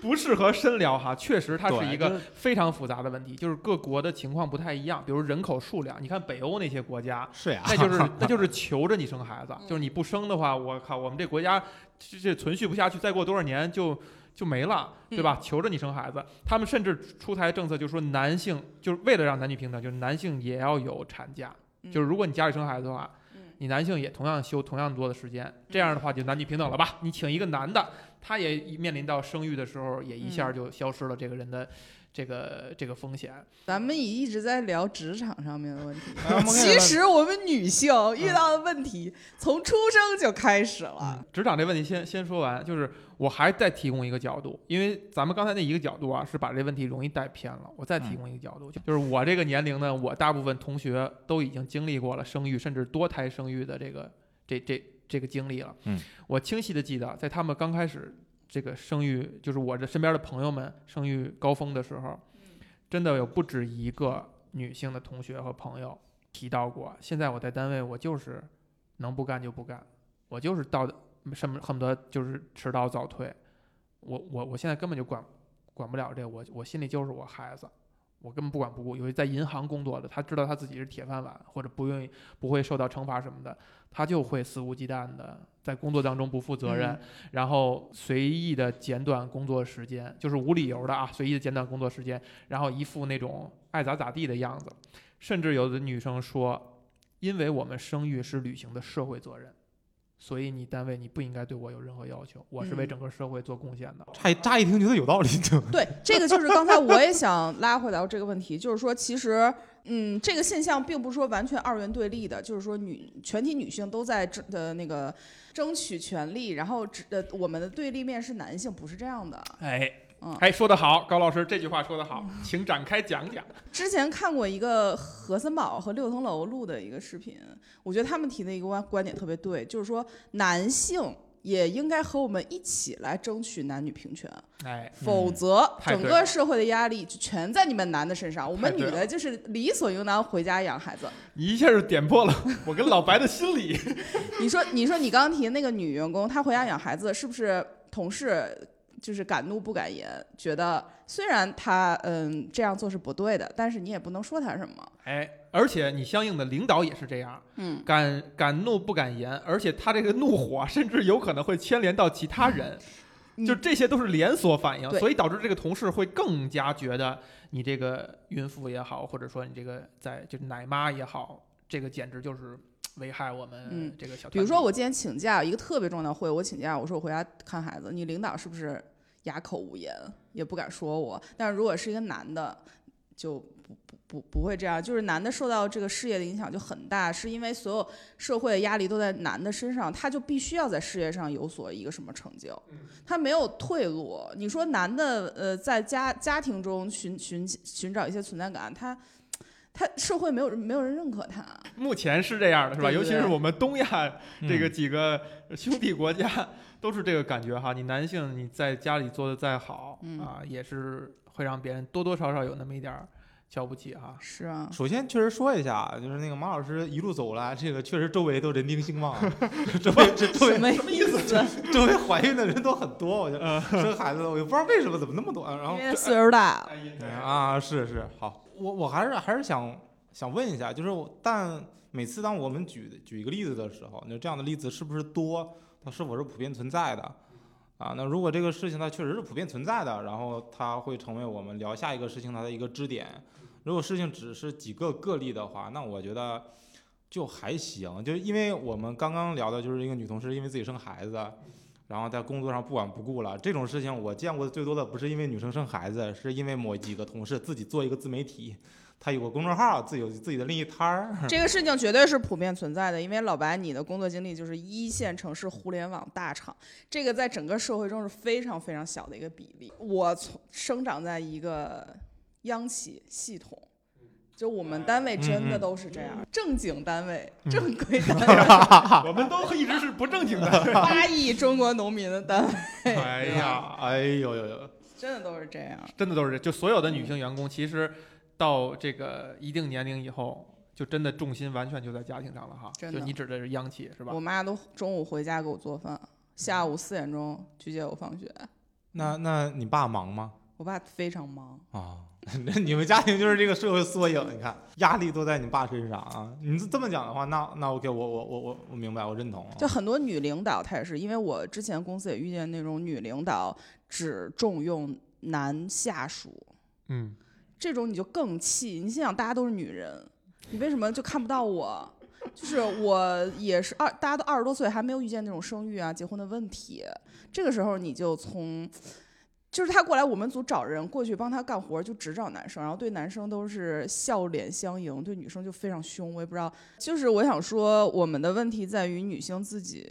Speaker 1: 不适合深聊哈，确实它是
Speaker 3: 对
Speaker 1: 一
Speaker 3: 就
Speaker 1: 个
Speaker 3: 是
Speaker 1: 非常复杂的问题，就是各国的情况不太一样，比如人口数量，你看北欧那些国家，
Speaker 3: 是呀，
Speaker 1: 那就是那就是求着你生孩子，就是你不生的话，我靠，我们这国家这这存续不下去，再过多少年就就没了，对吧？求着你生孩子，他们甚至出台政策，就说男性就是为了让男女平等，就是男性也要有产假，
Speaker 2: 嗯
Speaker 1: 就是如果你家里生孩子的话
Speaker 2: 嗯。
Speaker 1: 你男性也同样休同样多的时间，这样的话就男女平等了吧？你请一个男的，他也面临到生育的时候，也一下就消失了这个人的这个这个风险。
Speaker 2: 咱们也一直在聊职场上面的问题。
Speaker 3: 哎我们可以
Speaker 2: 其实我们女性遇到的问题从出生就开始了
Speaker 1: 嗯。职场这问题先先说完，就是我还再提供一个角度，因为咱们刚才那一个角度啊，是把这问题容易带偏了。我再提供一个角度，就是我这个年龄呢，我大部分同学都已经经历过了生育，甚至多胎生育的这个这这这个经历了。
Speaker 3: 嗯，
Speaker 1: 我清晰的记得，在他们刚开始这个生育，就是我这身边的朋友们生育高峰的时候，真的有不止一个女性的同学和朋友提到过，现在我在单位，我就是能不干就不干，我就是到什么恨不得就是迟到早退，我我我现在根本就管管不了这个，我我心里就是我孩子，我根本不管不顾。尤其在银行工作的，他知道他自己是铁饭碗，或者不愿意不会受到惩罚什么的，他就会肆无忌惮的在工作当中不负责任，
Speaker 2: 嗯
Speaker 1: 然后随意的剪短工作时间，就是无理由的啊，随意的剪短工作时间，然后一副那种爱咋咋地的样子。甚至有的女生说，因为我们生育是履行的社会责任，所以你单位你不应该对我有任何要求，我是为
Speaker 2: 嗯
Speaker 1: 整个社会做贡献的。
Speaker 3: 乍一乍一听觉得有道理，就
Speaker 2: 对，这个就是刚才我也想拉回到这个问题，就是说，其实，嗯，这个现象并不是说完全二元对立的，就是说女全体女性都在争的那个争取权利，然后只呃我们的对立面是男性，不是这样的。
Speaker 1: 哎
Speaker 2: 嗯，
Speaker 1: 哎，说得好，高老师这句话说得好，请展开讲讲。
Speaker 2: 之前看过一个何森堡和六层楼录的一个视频，我觉得他们提的一个观观点特别对，就是说男性也应该和我们一起来争取男女平权。
Speaker 1: 哎，
Speaker 2: 否则
Speaker 1: 太
Speaker 2: 整
Speaker 1: 对
Speaker 2: 个
Speaker 1: 了
Speaker 2: 社会的压力就全在你们男的身上，我们
Speaker 1: 太
Speaker 2: 女
Speaker 1: 对
Speaker 2: 的就是理所应当回家养孩子。
Speaker 1: 你一下就点破了我跟老白的心理。
Speaker 2: 你说，你说你刚刚提那个女员工，她回家养孩子，是不是同事就是敢怒不敢言，觉得虽然她嗯这样做是不对的，但是你也不能说她什么。
Speaker 1: 哎，而且你相应的领导也是这样，
Speaker 2: 嗯，
Speaker 1: 敢敢怒不敢言，而且他这个怒火甚至有可能会牵连到其他人，
Speaker 2: 嗯
Speaker 1: 就这些都是连锁反应，
Speaker 2: 对
Speaker 1: 所以导致这个同事会更加觉得你这个孕妇也好，或者说你这个在就是奶妈也好，这个简直就是危害我
Speaker 2: 嗯
Speaker 1: 们这个小团体。
Speaker 2: 比如说我今天请假，一个特别重要的会，我请假，我说我回家看孩子，你领导是不是哑口无言，也不敢说我？但是如果是一个男的，就不不不不会这样，就是男的受到这个事业的影响就很大，是因为所有社会的压力都在男的身上，他就必须要在事业上有所一个什么成就，他没有退路。你说男的呃，在家家庭中寻寻寻找一些存在感，他。他社会没有人没有人认可他，
Speaker 1: 目前是这样的，是吧？
Speaker 2: 对对
Speaker 1: 尤其是
Speaker 2: 对
Speaker 1: 我们东亚这个
Speaker 3: 嗯
Speaker 1: 几个兄弟国家都是这个感觉哈。你男性你在家里做的再好、
Speaker 2: 嗯
Speaker 1: 啊，也是会让别人多多少少有那么一点儿瞧不起哈。
Speaker 2: 是啊，
Speaker 3: 首先确实说一下，就是那个马老师一路走来，这个确实周围都人丁兴旺，啊 周围这周
Speaker 2: 什
Speaker 3: 围
Speaker 2: 么意思？
Speaker 3: 周围怀孕的人都很多，我觉得
Speaker 1: 嗯
Speaker 3: 生孩子的我也不知道为什么怎么那么多，
Speaker 1: 哦
Speaker 3: 然后
Speaker 2: 因为岁数大了，
Speaker 3: 哎啊，是是，好，我我还是还是想想问一下，就是我但每次当我们举举一个例子的时候，那这样的例子是不是多？它是否是普遍存在的？啊，那如果这个事情它确实是普遍存在的，然后它会成为我们聊下一个事情它的一个支点。如果事情只是几个个例的话，那我觉得就还行，就是因为我们刚刚聊的就是一个女同事因为自己生孩子，然后在工作上不管不顾了这种事情，我见过的最多的不是因为女生生孩子，是因为某几个同事自己做一个自媒体，他有个公众号，自己有自己的另一摊儿。
Speaker 1: 嗯
Speaker 2: 这个事情绝对是普遍存在的，因为老白，你的工作经历就是一线城市互联网大厂，这个在整个社会中是非常非常小的一个比例。我从生长在一个央企系统，就我们单位真的
Speaker 3: 嗯嗯
Speaker 2: 都是这样，正经单位、
Speaker 1: 嗯
Speaker 2: 正规单 位、
Speaker 1: 我们都一直是不正经的。
Speaker 2: 八亿中国农民的单位，
Speaker 1: 哎呀，，
Speaker 3: 哎呦呦呦，
Speaker 2: 真的都是这样。
Speaker 1: 真的都是这，就所有的女性员工，其实到这个一定年龄以后。就真的重心完全就在家庭上了哈，
Speaker 2: 真
Speaker 1: 就
Speaker 2: 的
Speaker 1: 你指的是央企是吧
Speaker 2: 我？妈都中午回家给我做饭，下午四点钟去接我放学。
Speaker 3: 那那你爸忙吗？
Speaker 2: 我爸非常忙，
Speaker 3: 啊， 那你们家庭就是这个社会缩影，你看压力都在你爸身上啊。你这么讲的话，那那 OK，我我我我我明白，我认同啊。
Speaker 2: 就很多女领导，她也是，因为我之前公司也遇见那种女领导只重用男下属，
Speaker 1: 嗯，
Speaker 2: 这种你就更气。你心想，大家都是女人，你为什么就看不到我？ 就是我也是二，大家都二十多岁，还没有遇见那种生育啊、结婚的问题。这个时候你就从，就是他过来我们组找人过去帮他干活，就只找男生，然后对男生都是笑脸相迎，对女生就非常凶。我也不知道，就是我想说，我们的问题在于女性自己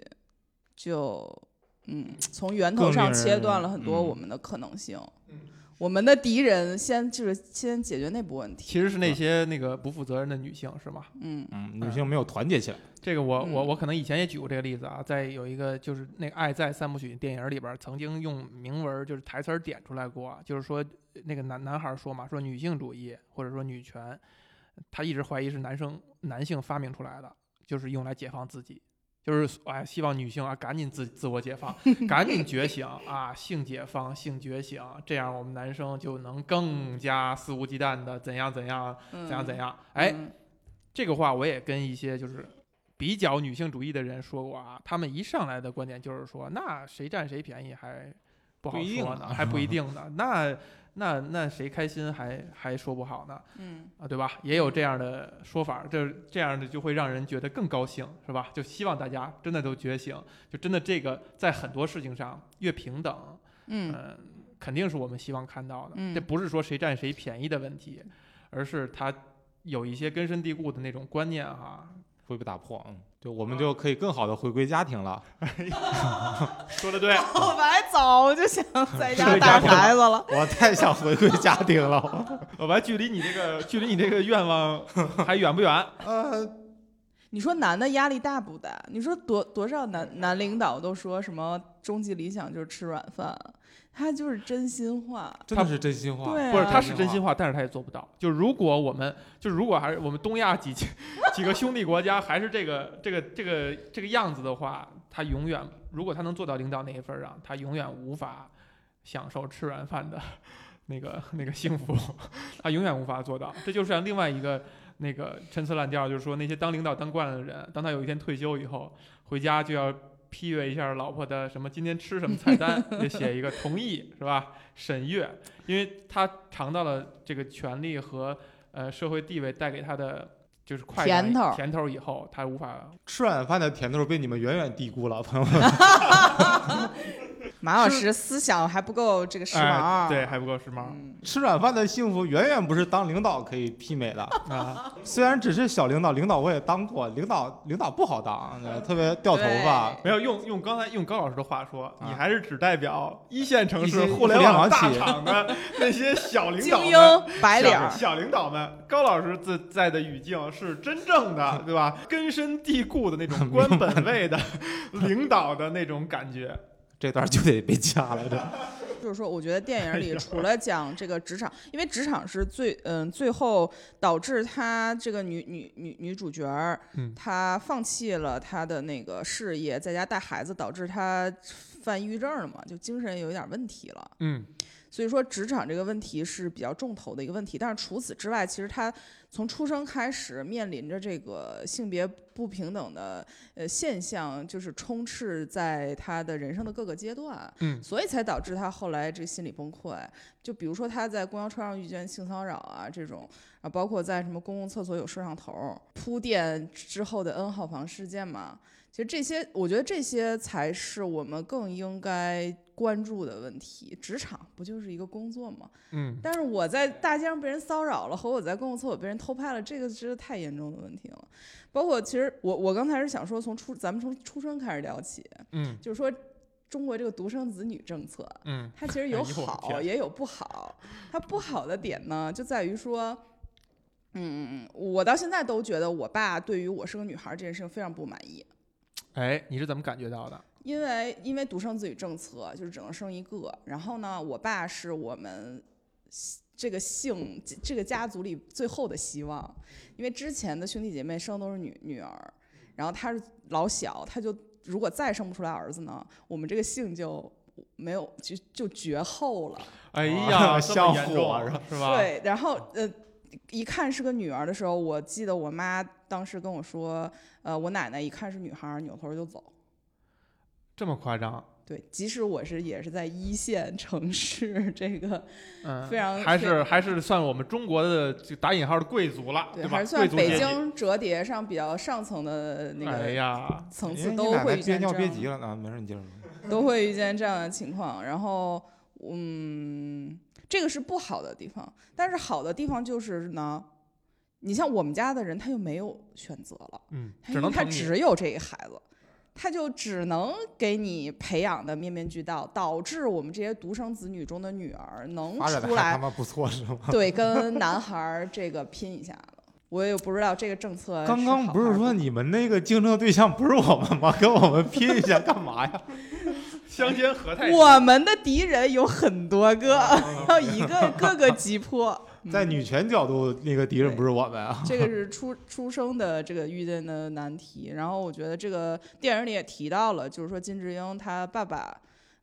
Speaker 2: 就嗯，从源头
Speaker 3: 更
Speaker 2: 上
Speaker 3: 令
Speaker 2: 切
Speaker 3: 人
Speaker 2: 断了很多
Speaker 3: 嗯
Speaker 2: 我们的可能性。
Speaker 1: 嗯
Speaker 2: 我们的敌人先就是先解决内部问题。
Speaker 1: 其实是那些那个不负责任的女性是吗？
Speaker 2: 嗯，
Speaker 3: 嗯，女性没有团结起来。
Speaker 1: 这个我我
Speaker 2: 嗯
Speaker 1: 我可能以前也举过这个例子啊，在有一个就是那个《爱在三部曲》电影里边儿，曾经用铭文儿就是台词儿点出来过啊，就是说那个男男孩儿说嘛，说女性主义或者说女权，他一直怀疑是男生男性发明出来的，就是用来解放自己，就是哎希望女性啊赶紧自自我解 放，赶紧觉醒啊，性解放、性觉醒，这样我们男生就能更加肆无忌惮的怎样怎样
Speaker 2: 怎
Speaker 1: 怎样怎？样，哎。
Speaker 2: 嗯，
Speaker 1: 这个话我也跟一些就是比较女性主义的人说过啊，他们一上来的观点就是说，那谁占谁便宜还不好
Speaker 3: 不一定
Speaker 1: 说
Speaker 3: 呢
Speaker 1: 呢，还 不一定呢。那那那谁开心还还说不好呢？
Speaker 2: 嗯
Speaker 1: 啊，对吧？也有这样的说法，这这样的就会让人觉得更高兴，是吧？就希望大家真的都觉醒，就真的这个在很多事情上越平等，嗯、
Speaker 2: 嗯
Speaker 1: 肯定是我们希望看到的。
Speaker 2: 嗯
Speaker 1: 这不是说谁占谁便宜的问题，而是他有一些根深蒂固的那种观念哈、
Speaker 3: 会被打破，嗯，就我们就可以更好的回归家庭了。
Speaker 1: 说的对，
Speaker 2: 哦我本来早就想在家带
Speaker 3: 家庭
Speaker 2: 孩子了，
Speaker 3: 我太想回归家庭了，
Speaker 1: 我还距离你这个距离你这个愿望还远不远？
Speaker 3: 呃，
Speaker 2: 你说男的压力大不大？你说多多少男男领导都说什么终极理想就是吃软饭，他就是真心话。
Speaker 3: 真的是真心话，
Speaker 2: 对啊
Speaker 1: 不是，他是真心话，但是他也做不到。就如果我们，就如果还是我们东亚几几个兄弟国家还是这个这个这个这个样子的话，他永远，如果他能做到领导那一份儿上，他永远无法享受吃软饭的那个那个幸福， 他永远无法做到。这就是像另外一个那个陈词滥调，就是说那些当领导当惯了的人，当他有一天退休以后，回家就要。批阅一下老婆的什么今天吃什么菜单，也写一个同意是吧？审阅，因为他尝到了这个权利和呃社会地位带给他的就是快感
Speaker 2: 甜头儿
Speaker 1: 甜头儿以后，他无法
Speaker 3: 吃软饭的甜头被你们远远低估了，朋友们。
Speaker 2: 马老师思想还不够这个时
Speaker 1: 哎
Speaker 2: 髦，啊
Speaker 1: 对，还不够时髦
Speaker 2: 嗯，
Speaker 3: 吃软饭的幸福远远不是当领导可以媲美的。
Speaker 1: 啊！
Speaker 3: 虽然只是小领导，领导我也当过，领导领导不好当，呃特别掉头发。
Speaker 1: 没有用用刚才用高老师的话说，
Speaker 3: 啊
Speaker 1: 你还是只代表一线城
Speaker 3: 一
Speaker 1: 市
Speaker 3: 些
Speaker 1: 互联网
Speaker 3: 互
Speaker 1: 大
Speaker 3: 联网企业
Speaker 1: 厂的那些小领导
Speaker 2: 精
Speaker 1: 们。
Speaker 2: 英白领
Speaker 1: 小
Speaker 2: 儿，
Speaker 1: 小领导们，高老师自在的语境是真正的，对吧？根深蒂固的那 种官本位的领导的那种感觉。
Speaker 3: 这段就得被掐了，这
Speaker 2: 就是说，我觉得电影里除了讲这个职场，因为职场是最嗯，最后导致她这个女女女女主角儿，
Speaker 1: 嗯
Speaker 2: 她放弃了她的那个事业，在家带孩子，导致她犯抑郁症了嘛，就精神有一点问题了。
Speaker 1: 嗯，
Speaker 2: 所以说，职场这个问题是比较重头的一个问题。但是除此之外，其实她从出生开始面临着这个性别不平等的呃现象，就是充斥在她的人生的各个阶段。
Speaker 1: 嗯
Speaker 2: 所以才导致她后来这心理崩溃。就比如说她在公交车上遇见性骚扰啊这种啊，包括在什么公共厕所有摄像头儿铺垫之后的 N 号房事件嘛。其实这些，我觉得这些才是我们更应该关注的问题。职场不就是一个工作吗？
Speaker 1: 嗯，
Speaker 2: 但是我在大街上被人骚扰了，和我在公共厕所被人偷拍了，这个真是太严重的问题了。包括其实我我刚才是想说，从出咱们从出生开始聊起，
Speaker 1: 嗯
Speaker 2: 就是说中国这个独生子女政策，
Speaker 1: 嗯
Speaker 2: 它其实
Speaker 1: 哎
Speaker 2: 有
Speaker 1: 呦我的
Speaker 2: 好
Speaker 1: 天
Speaker 2: 也有不好。它不好的点呢，就在于说，嗯，我到现在都觉得我爸对于我是个女孩儿这件事情非常不满意。
Speaker 1: 哎，你是怎么感觉到的？
Speaker 2: 因为因为独生子女政策就是只能生一个，然后呢，我爸是我们西这个姓这个家族里最后的希望，因为之前的兄弟姐妹生都是女女儿，然后他是老小，他就如果再生不出来儿子呢，我们这个姓就没有就就绝后了。
Speaker 1: 哎
Speaker 3: 啊
Speaker 1: 呀，这
Speaker 3: 像
Speaker 1: 么严
Speaker 3: 火
Speaker 1: 重啊是吧？
Speaker 2: 对，然后呃，一看是个女儿的时候，我记得我妈当时跟我说，呃，我奶奶一看是女孩儿，扭头就走。
Speaker 1: 这么夸张，
Speaker 2: 对，即使我是也是在一线城市，这个
Speaker 1: 嗯，
Speaker 2: 非常
Speaker 1: 还
Speaker 2: 非
Speaker 1: 是还是算我们中国的就打引号的贵族了，
Speaker 2: 对，
Speaker 1: 吧？
Speaker 2: 还是
Speaker 1: 贵
Speaker 2: 算
Speaker 1: 族
Speaker 2: 北
Speaker 1: 阶级。
Speaker 2: 京折叠上比较上层的那
Speaker 1: 哎
Speaker 2: 个
Speaker 1: 呀，
Speaker 2: 层
Speaker 3: 因为
Speaker 2: 次，
Speaker 3: 你
Speaker 2: 都
Speaker 3: 奶奶
Speaker 2: 会遇
Speaker 3: 憋
Speaker 2: 见这
Speaker 3: 尿
Speaker 2: 样
Speaker 3: 憋急了啊，没事你接着说。
Speaker 2: 都会遇见这样的情况。然后，嗯，这个是不好的地方，但是好的地方就是呢，你像我们家的人，他就没有选择了。
Speaker 1: 嗯，
Speaker 2: 他
Speaker 1: 只能
Speaker 2: 他
Speaker 1: 疼你。
Speaker 2: 只有这一孩子，他就只能给你培养的面面俱到，导致我们这些独生子女中的女儿能
Speaker 3: 发展的
Speaker 2: 出
Speaker 3: 还他
Speaker 2: 来
Speaker 3: 妈不错是吗？
Speaker 2: 对跟男孩儿这个拼一下了。我也不知道这个政策
Speaker 3: 刚刚
Speaker 2: 好
Speaker 3: 不是
Speaker 2: 还
Speaker 3: 说
Speaker 2: 好
Speaker 3: 你们那个竞争对象不是我们吗？跟我们拼一下干 嘛
Speaker 2: 嗯
Speaker 3: 呀？
Speaker 1: 相煎何太急？
Speaker 2: 我们的敌人有很多个，
Speaker 3: 哦
Speaker 2: 要一 个个个击破。
Speaker 3: 在
Speaker 2: 嗯
Speaker 3: 女权角度，那个敌人不是我们啊。
Speaker 2: 这个是出 出生的这个遇见的难题。然后我觉得这个电影里也提到了，就是说金智英她爸爸，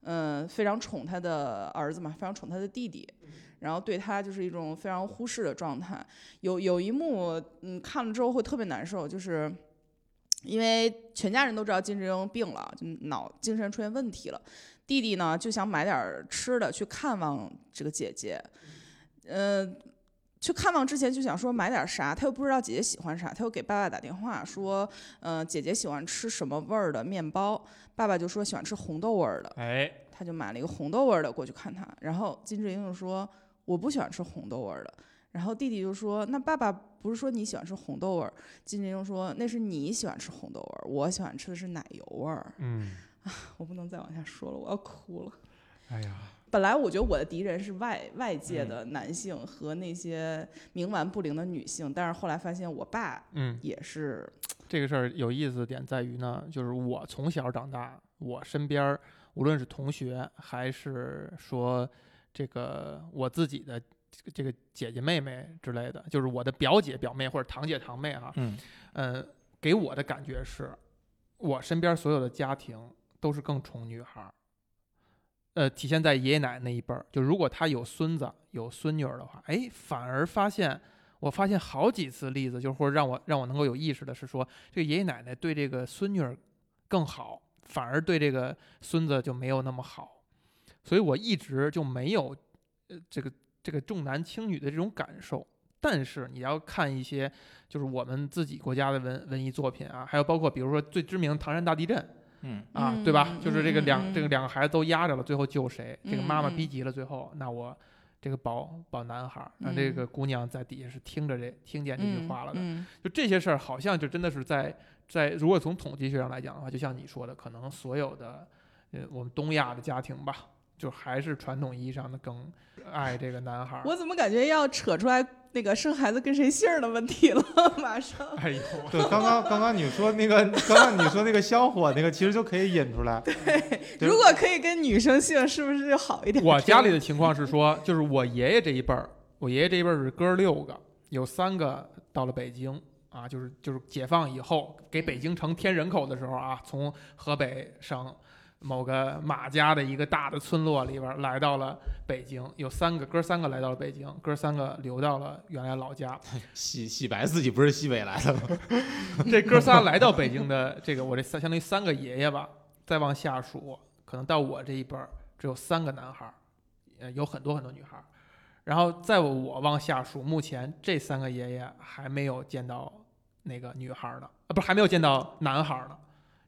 Speaker 2: 嗯、非常宠她的儿子嘛，非常宠她的弟弟，然后对她就是一种非常忽视的状态。有有一幕，嗯，看了之后会特别难受，就是因为全家人都知道金志英病了，就脑精神出现问题了。弟弟呢就想买点儿吃的去看望这个姐姐，呃，去看望之前就想说买点啥，他又不知道姐姐喜欢啥，他又给爸爸打电话说，呃，姐姐喜欢吃什么味儿的面包，爸爸就说喜欢吃红豆味儿的，
Speaker 1: 哎，
Speaker 2: 他就买了一个红豆味儿的过去看他，然后金智英就说我不喜欢吃红豆味儿的，然后弟弟就说那爸爸不是说你喜欢吃红豆味儿，金智英说那是你喜欢吃红豆味儿，我喜欢吃的是奶油味儿，
Speaker 1: 嗯，
Speaker 2: 我不能再往下说了，我要哭了。
Speaker 1: 哎呀，
Speaker 2: 本来我觉得我的敌人是外外界的男性和那些冥顽不灵的女性，但是后来发现我爸
Speaker 1: 嗯，
Speaker 2: 也是，
Speaker 1: 这个事儿有意思的点在于呢，就是我从小长大，我身边儿无论是同学还是说这个我自己的这个这个姐姐妹妹之类的，就是我的表姐表妹或者堂姐堂妹啊，
Speaker 3: 嗯
Speaker 1: 嗯，给我的感觉是，我身边所有的家庭都是更宠女孩儿。呃，体现在爷爷奶奶那一辈儿，就如果他有孙子有孙女儿的话，哎，反而发现，我发现好几次例子，就是或者让我让我能够有意识的是说，这个爷爷奶奶对这个孙女儿更好，反而对这个孙子就没有那么好，所以我一直就没有，呃，这个这个重男轻女的这种感受。但是你要看一些就是我们自己国家的文文艺作品啊，还有包括比如说最知名的唐山大地震
Speaker 3: 嗯
Speaker 1: 啊，
Speaker 2: 嗯
Speaker 1: 对吧？
Speaker 2: 嗯
Speaker 1: 就是这个
Speaker 2: 嗯
Speaker 1: 两、
Speaker 2: 嗯
Speaker 1: 这个两个孩子都压着了，最后救谁？这个妈妈
Speaker 2: 嗯嗯
Speaker 1: 逼急了，最后那我这个保保男孩儿，那
Speaker 2: 嗯
Speaker 1: 这个姑娘在底下是听着这听见这句话了的。
Speaker 2: 嗯
Speaker 1: 就这些事儿，好像就真的是在在，如果从统计学上来讲的话，就像你说的，可能所有的呃我们东亚的家庭吧，就还是传统意义上的更爱这个男孩儿。
Speaker 2: 我怎么感觉要扯出来那个生孩子跟谁姓儿的问题了？马上，
Speaker 1: 哎呦，
Speaker 3: 对，刚刚刚刚你说那个， 刚刚你说那个香火那个，其实就可以引出来。对
Speaker 2: 如果可以跟女生姓，是不是就好一点？
Speaker 1: 我家里的情况是说，就是我爷爷这一辈儿，我爷爷这一辈儿是哥儿六个，有三个到了北京啊，就是就是解放以后给北京城添人口的时候啊，从河北省某个马家的一个大的村落里边儿来到了北京，有三个哥儿三个来到了北京，哥儿三个留到了原来老家，
Speaker 3: 洗洗白自己不是西北来的吗？
Speaker 1: 这哥仨来到北京的这个，我这三相当于三个爷爷吧，再往下数，可能到我这一辈儿只有三个男孩儿，呃，有很多很多女孩儿。然后再我往下数，目前这三个爷爷还没有见到那个女孩儿呢，啊，不是还没有见到男孩儿呢，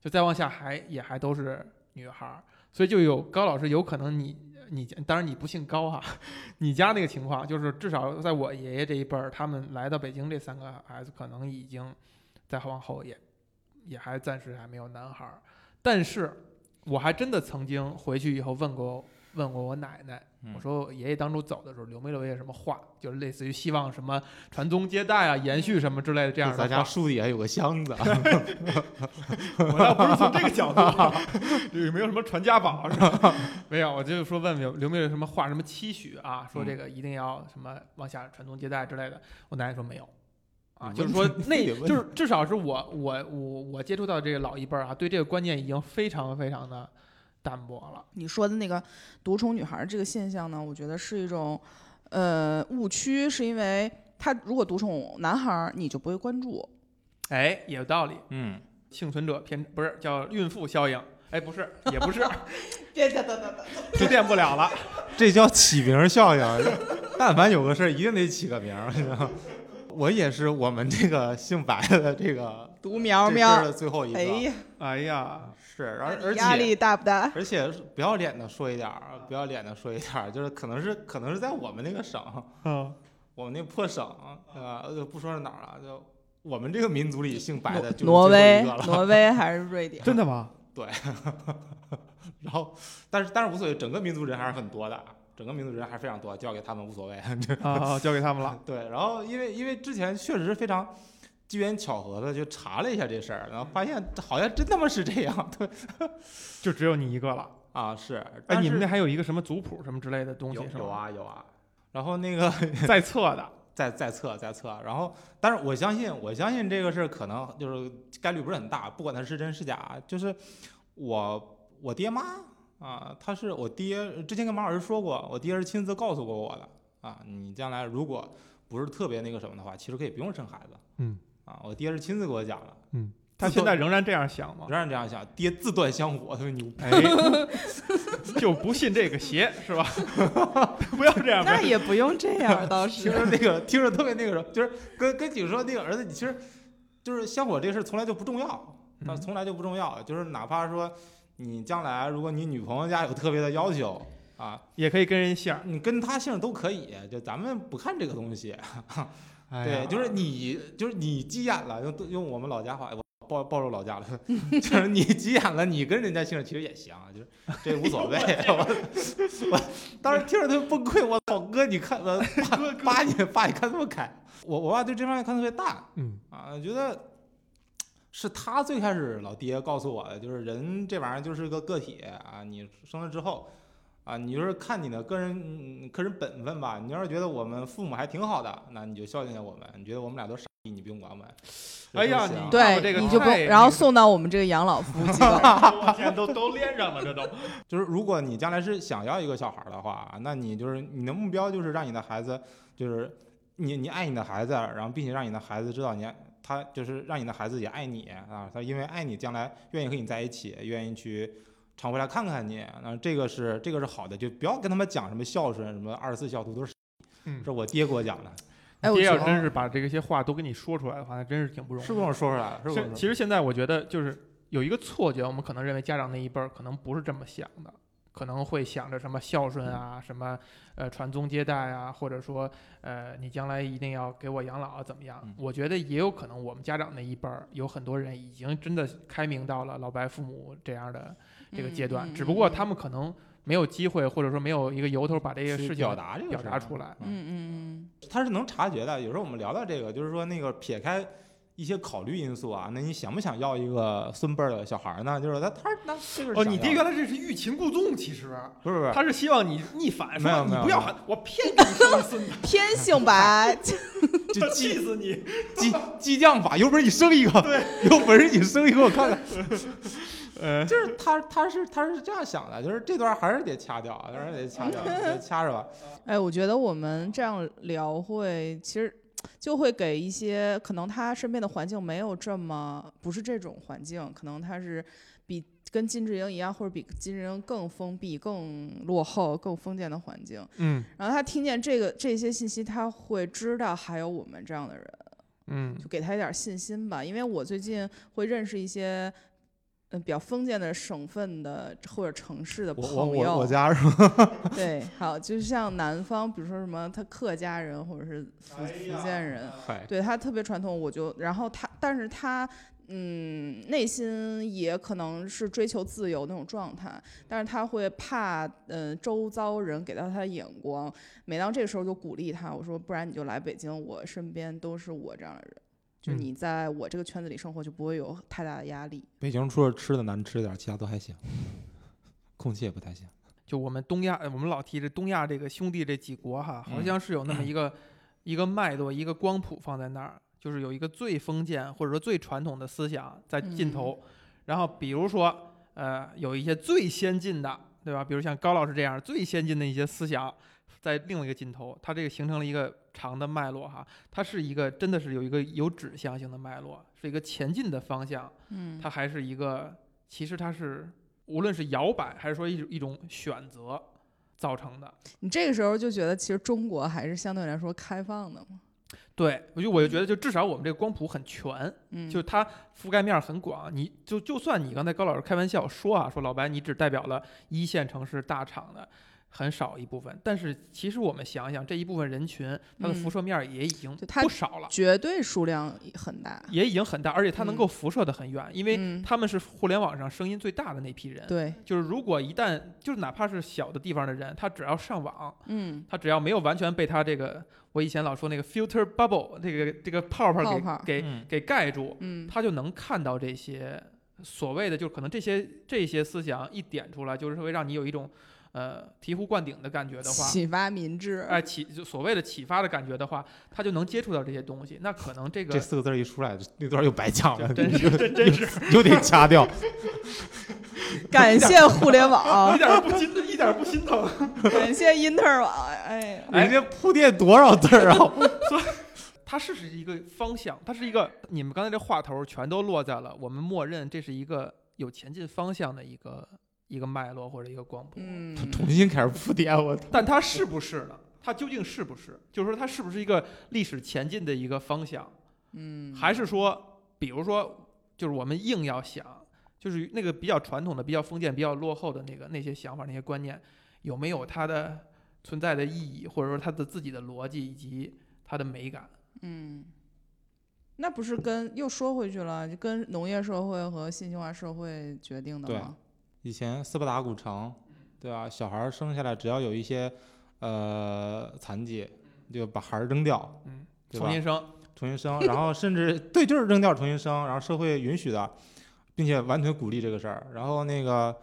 Speaker 1: 就再往下还也还都是女孩儿，所以就有高老师有可能你你当然你不姓高哈、 你家那个情况就是至少在我爷爷这一辈儿，他们来到北京这三个孩子可能已经再往后也也还暂时还没有男孩儿，但是我还真的曾经回去以后问过问过我奶奶，我说我爷爷当初走的时候留没留下什么话，就是类似于希望什么传宗接代啊、延续什么之类的这样的话。
Speaker 3: 咱家 树底下有个箱子，
Speaker 1: 我倒不是从这个角 度，啊有没有什么传家宝是吧？ 没有，我就是说问有有没有什么话什么期许啊？说
Speaker 3: 嗯
Speaker 1: 这个一定要什么往下传宗接代之类的。我奶奶说没有，啊，
Speaker 3: 你
Speaker 1: 就是说
Speaker 3: 问
Speaker 1: 那
Speaker 3: 你得问
Speaker 1: 就是至少是我我我我接触到这个老一辈儿啊，对这个观念已经非常非常的淡薄了。
Speaker 2: 你说的那个独宠女孩儿这个现象呢，我觉得是一种呃误区，是因为他如果独宠男孩儿，你就不会关注。
Speaker 1: 哎，也有道理，
Speaker 3: 嗯，
Speaker 1: 幸存者偏不是叫孕妇效应。哎，不是，也不 是，
Speaker 2: 别别别别别！
Speaker 1: 就变不了了。
Speaker 3: 这叫起名效应。啊 但凡有个事儿，一定得起个名儿。 你知道吗我也是我们这个姓白的这个
Speaker 2: 独苗
Speaker 3: 这事儿
Speaker 2: 苗，
Speaker 3: 的最后一个，
Speaker 2: 哎呀，哎
Speaker 1: 哎呀，
Speaker 3: 是而而
Speaker 2: 压
Speaker 3: 且
Speaker 2: 力大不大？
Speaker 3: 而且不要脸的说一点儿，不要脸的说一点儿，就是可能是可能是在我们那个省，
Speaker 1: 嗯，
Speaker 3: 我们那破省，对吧？就不说是哪儿了，就我们这个民族里姓白的就是
Speaker 2: 挪威
Speaker 3: 最后一个了，
Speaker 2: 挪威还是瑞 典？
Speaker 1: 真的吗？
Speaker 3: 然后，但是但是无所谓，整个民族人还是很多的，整个民族人还是非常多，交给他们无所谓。
Speaker 1: 啊，啊交给他们了。
Speaker 3: 对，然后因为因为之前确实是非常机缘巧合的就查了一下这事儿，然后发现好像真他妈是这样，对
Speaker 1: 就只有你一个了。
Speaker 3: 啊是，
Speaker 1: 哎，
Speaker 3: 但
Speaker 1: 你
Speaker 3: 是
Speaker 1: 们那还有一个什么族谱什么之类的东西
Speaker 3: 有
Speaker 1: 是
Speaker 3: 有
Speaker 1: 吗？
Speaker 3: 啊有啊，然后那个
Speaker 1: 在册的，
Speaker 3: 再再测再测，然后但是我相信我相信这个事儿可能就是概率不是很大，不管它是真是假，就是我我爹妈啊，他是我爹之前跟马老师说过，我爹是亲自告诉过我的啊，你将来如果不是特别那个什么的话，其实可以不用生孩子，
Speaker 1: 嗯
Speaker 3: 啊，我爹是亲自给我讲的，
Speaker 1: 他现在仍然这样想吗
Speaker 3: 仍？然这样想，爹自断香火，特别牛。
Speaker 1: 哎，就不信这个邪是吧？ 不要这样
Speaker 2: 那
Speaker 1: 呗。
Speaker 2: 也不用这样，倒 是
Speaker 3: 听着那个，听着特别那个什么，就是跟跟景说那个儿子，你其实就是香火这事儿从来就不重要，他
Speaker 1: 嗯
Speaker 3: 从来就不重要，就是哪怕说你将来如果你女朋友家有特别的要求啊，
Speaker 1: 也可以跟人姓儿。
Speaker 3: 你跟她姓都可以，就咱们不看这个东西。
Speaker 1: 哎呀
Speaker 3: 对，就是你，就是你急眼了，用用我们老家话，哎我暴暴露老 家了，就是你急眼了，你跟人家姓其实也行，啊就是这无 所谓。我我当时听着他崩溃，我操哥，你看 我爸爸你爸你看这么开，我我爸对这方面看得特别淡
Speaker 1: 嗯，
Speaker 3: 啊，觉得。是他最开始老爹告诉我的，就是人这玩意儿就是个个体啊，你生了之后，啊，你就是看你的个人嗯个人本分吧。你要是觉得我们父母还挺好的，那你就孝敬一下我们；你觉得我们俩都傻逼，你不用管我们。
Speaker 1: 哎呀
Speaker 3: 这东西啊
Speaker 1: 你看
Speaker 2: 对
Speaker 1: 我这，个
Speaker 2: 你就不
Speaker 1: 太
Speaker 2: 用，然后送到我们这个养老服务机构。
Speaker 1: 我天，都都连上了，这都。
Speaker 3: 就是如果你将来是想要一个小孩儿的话，那你就是你的目标就是让你的孩子，就是你你爱你的孩子，然后并且让你的孩子知道你爱他，就是让你的孩子也爱你啊，他因为爱你，将来愿意和你在一起，愿意去常回来看看你，那这个是这个是好的，就不要跟他们讲什么孝顺，什么二十四孝图都是，
Speaker 1: 嗯
Speaker 3: 这是我爹给我讲的，
Speaker 2: 哎，我
Speaker 1: 爹
Speaker 2: 觉
Speaker 1: 要
Speaker 2: 得
Speaker 1: 真是把这个些话都跟你说出来的话，那真是挺不容易。
Speaker 3: 是不是我说出来了？是不
Speaker 1: 是
Speaker 3: 是我
Speaker 1: 其
Speaker 3: 说？
Speaker 1: 实现在我觉得就是有一个错觉，我们可能认为家长那一辈儿可能不是这么想的，可能会想着什么孝顺啊，什么呃传宗接代啊，或者说呃你将来一定要给我养老啊怎么样
Speaker 3: 嗯？
Speaker 1: 我觉得也有可能我们家长那一辈儿有很多人已经真的开明到了老白父母这样的 这个阶段，
Speaker 2: 嗯
Speaker 1: 只不过他们可能没有机会，或者说没有一个由头把这个
Speaker 3: 去
Speaker 1: 事情
Speaker 3: 表达这个
Speaker 1: 表
Speaker 3: 事
Speaker 1: 达
Speaker 3: 儿
Speaker 1: 出来。
Speaker 3: 嗯
Speaker 2: 嗯嗯
Speaker 3: 他是能察觉的。有时候我们聊到这个，就是说那个撇开一些考虑因素啊，那你想不想要一个孙辈儿的小孩儿呢？就是他他那这
Speaker 1: 哦
Speaker 3: 个是想要的
Speaker 1: 来这是欲擒故纵，其实。
Speaker 3: 不是不 是
Speaker 1: 他是希望你逆反，
Speaker 3: 没有
Speaker 1: 说
Speaker 3: 没
Speaker 1: 你
Speaker 3: 有
Speaker 1: 不要喊，我偏给你生孙子
Speaker 2: 嗯，， 偏性 白，
Speaker 3: 就
Speaker 1: 气
Speaker 3: 激
Speaker 1: 死你！
Speaker 3: 激激将法，有本事你生一个，对，有本事你生一个，我看看。
Speaker 1: 呃，
Speaker 3: 就是他他是他是这样想的，就是这段还是得掐掉，还是得掐掉，得掐着吧。
Speaker 2: 哎，我觉得我们这样聊会，其实就会给一些可能他身边的环境没有这么不是这种环境，可能他是比跟金智英一样，或者比金智英更封闭、更落后、更封建的环境。
Speaker 1: 嗯
Speaker 2: 然后他听见这个这些信息，他会知道还有我们这样的人，
Speaker 1: 嗯
Speaker 2: 就给他一点信心吧。因为我最近会认识一些。嗯，比较封建的省份的或者城市的
Speaker 3: 我
Speaker 2: 朋友，
Speaker 3: 我我我家是吧？
Speaker 2: 对，好，就是像南方，比如说什么他客家人或者是
Speaker 3: 哎
Speaker 2: 福福建人，
Speaker 3: 嗨，
Speaker 2: 对他特别传统，我就然后他，但是他嗯内心也可能是追求自由那种状态，但是他会怕呃周遭人给到他的眼光，每当这个时候就鼓励他，我说不然你就来北京，我身边都是我这样的人。就
Speaker 1: 嗯
Speaker 2: 你在我这个圈子里生活，就不会有太大的压力。
Speaker 3: 北京除了吃的难吃点儿，其他都还行，空气也不太行。
Speaker 1: 就我们东亚，呃我们老提这东亚这个兄弟这几国哈，
Speaker 3: 嗯
Speaker 1: 好像是有那么一个、一个脉络、一个光谱放在那儿，就是有一个最封建或者说最传统的思想在尽头，然后比如说呃有一些最先进的，对吧？比如像高老师这样最先进的一些思想。在另外一个尽头，它这个形成了一个长的脉络哈，它是一个真的是有一个有指向性的脉络，是一个前进的方向。
Speaker 2: 嗯
Speaker 1: 它还是一个，其实它是无论是摇摆还是说一种一种选择造成的。
Speaker 2: 你这个时候就觉得，其实中国还是相对来说开放的嘛。
Speaker 1: 对，我就我就觉得，就至少我们这个光谱很全，
Speaker 2: 嗯，
Speaker 1: 就是它覆盖面很广。你就就算你刚才高老师开玩笑说啊，说老白你只代表了一线城市大厂的。很少一部分，但是其实我们想想，这一部分人群，它的
Speaker 2: 嗯
Speaker 1: 辐射面也已经
Speaker 2: 就它
Speaker 1: 不少了，
Speaker 2: 绝对数量很大。
Speaker 1: 也已经很大，而且它能
Speaker 2: 嗯
Speaker 1: 够辐射的很远，因为
Speaker 2: 嗯，
Speaker 1: 他们是互联网上声音最大的那批人。
Speaker 2: 对，
Speaker 1: 就是如果一旦就是哪怕是小的地方的人，他只要上网，
Speaker 2: 嗯，
Speaker 1: 他只要没有完全被他这个我以前老说那个 filter bubble 这个这个泡泡
Speaker 2: 泡
Speaker 1: 给
Speaker 2: 泡
Speaker 1: 给、
Speaker 3: 嗯
Speaker 1: 给盖住，
Speaker 2: 嗯，
Speaker 1: 他就能看到这些所谓的就可能这些这些思想一点出来，就是会让你有一种呃醍醐灌顶的感觉的话。
Speaker 2: 启发民智，
Speaker 1: 哎，启就所谓的启发的感觉的话，他就能接触到这些东西。那可能这个
Speaker 3: 这四个字儿一出来，那段儿又白讲了，
Speaker 1: 真 是真真是
Speaker 3: 又得掐掉。
Speaker 2: 感谢互联网
Speaker 1: 一，点儿不心一点儿不心疼。
Speaker 2: 感谢因特网，哎呀，
Speaker 1: 哎
Speaker 3: 人家铺垫多少字儿啊？
Speaker 1: 它是是一个方向，它是一个你们刚才这话头儿全都落在了我们默认这是一个有前进方向的一个一个脉络或者一个光谱，
Speaker 2: 嗯，
Speaker 3: 重新开始铺垫，我操！
Speaker 1: 但它是不是呢？它究竟是不是？就是说它是不是一个历史前进的一个方向？
Speaker 2: 嗯，
Speaker 1: 还是说，比如说，就是我们硬要想，就是那个比较传统的、比较封建、比较落后的那个那些想法、那些观念，有没有它的存在的意义，或者说它的自己的逻辑以及它的美感？
Speaker 2: 嗯，那不是跟又说回去了，就跟农业社会和信息化社会决定的
Speaker 3: 对
Speaker 2: 吗？
Speaker 3: 以前斯巴达古城，对吧？小孩儿生下来只要有一些呃残疾，就把孩儿扔掉，
Speaker 1: 嗯，
Speaker 3: 对
Speaker 1: 重
Speaker 3: 吧？
Speaker 1: 新生，
Speaker 3: 重新生，然后甚至对，就是扔掉重新生，然后社会允许的，并且完全鼓励这个事儿。然后那个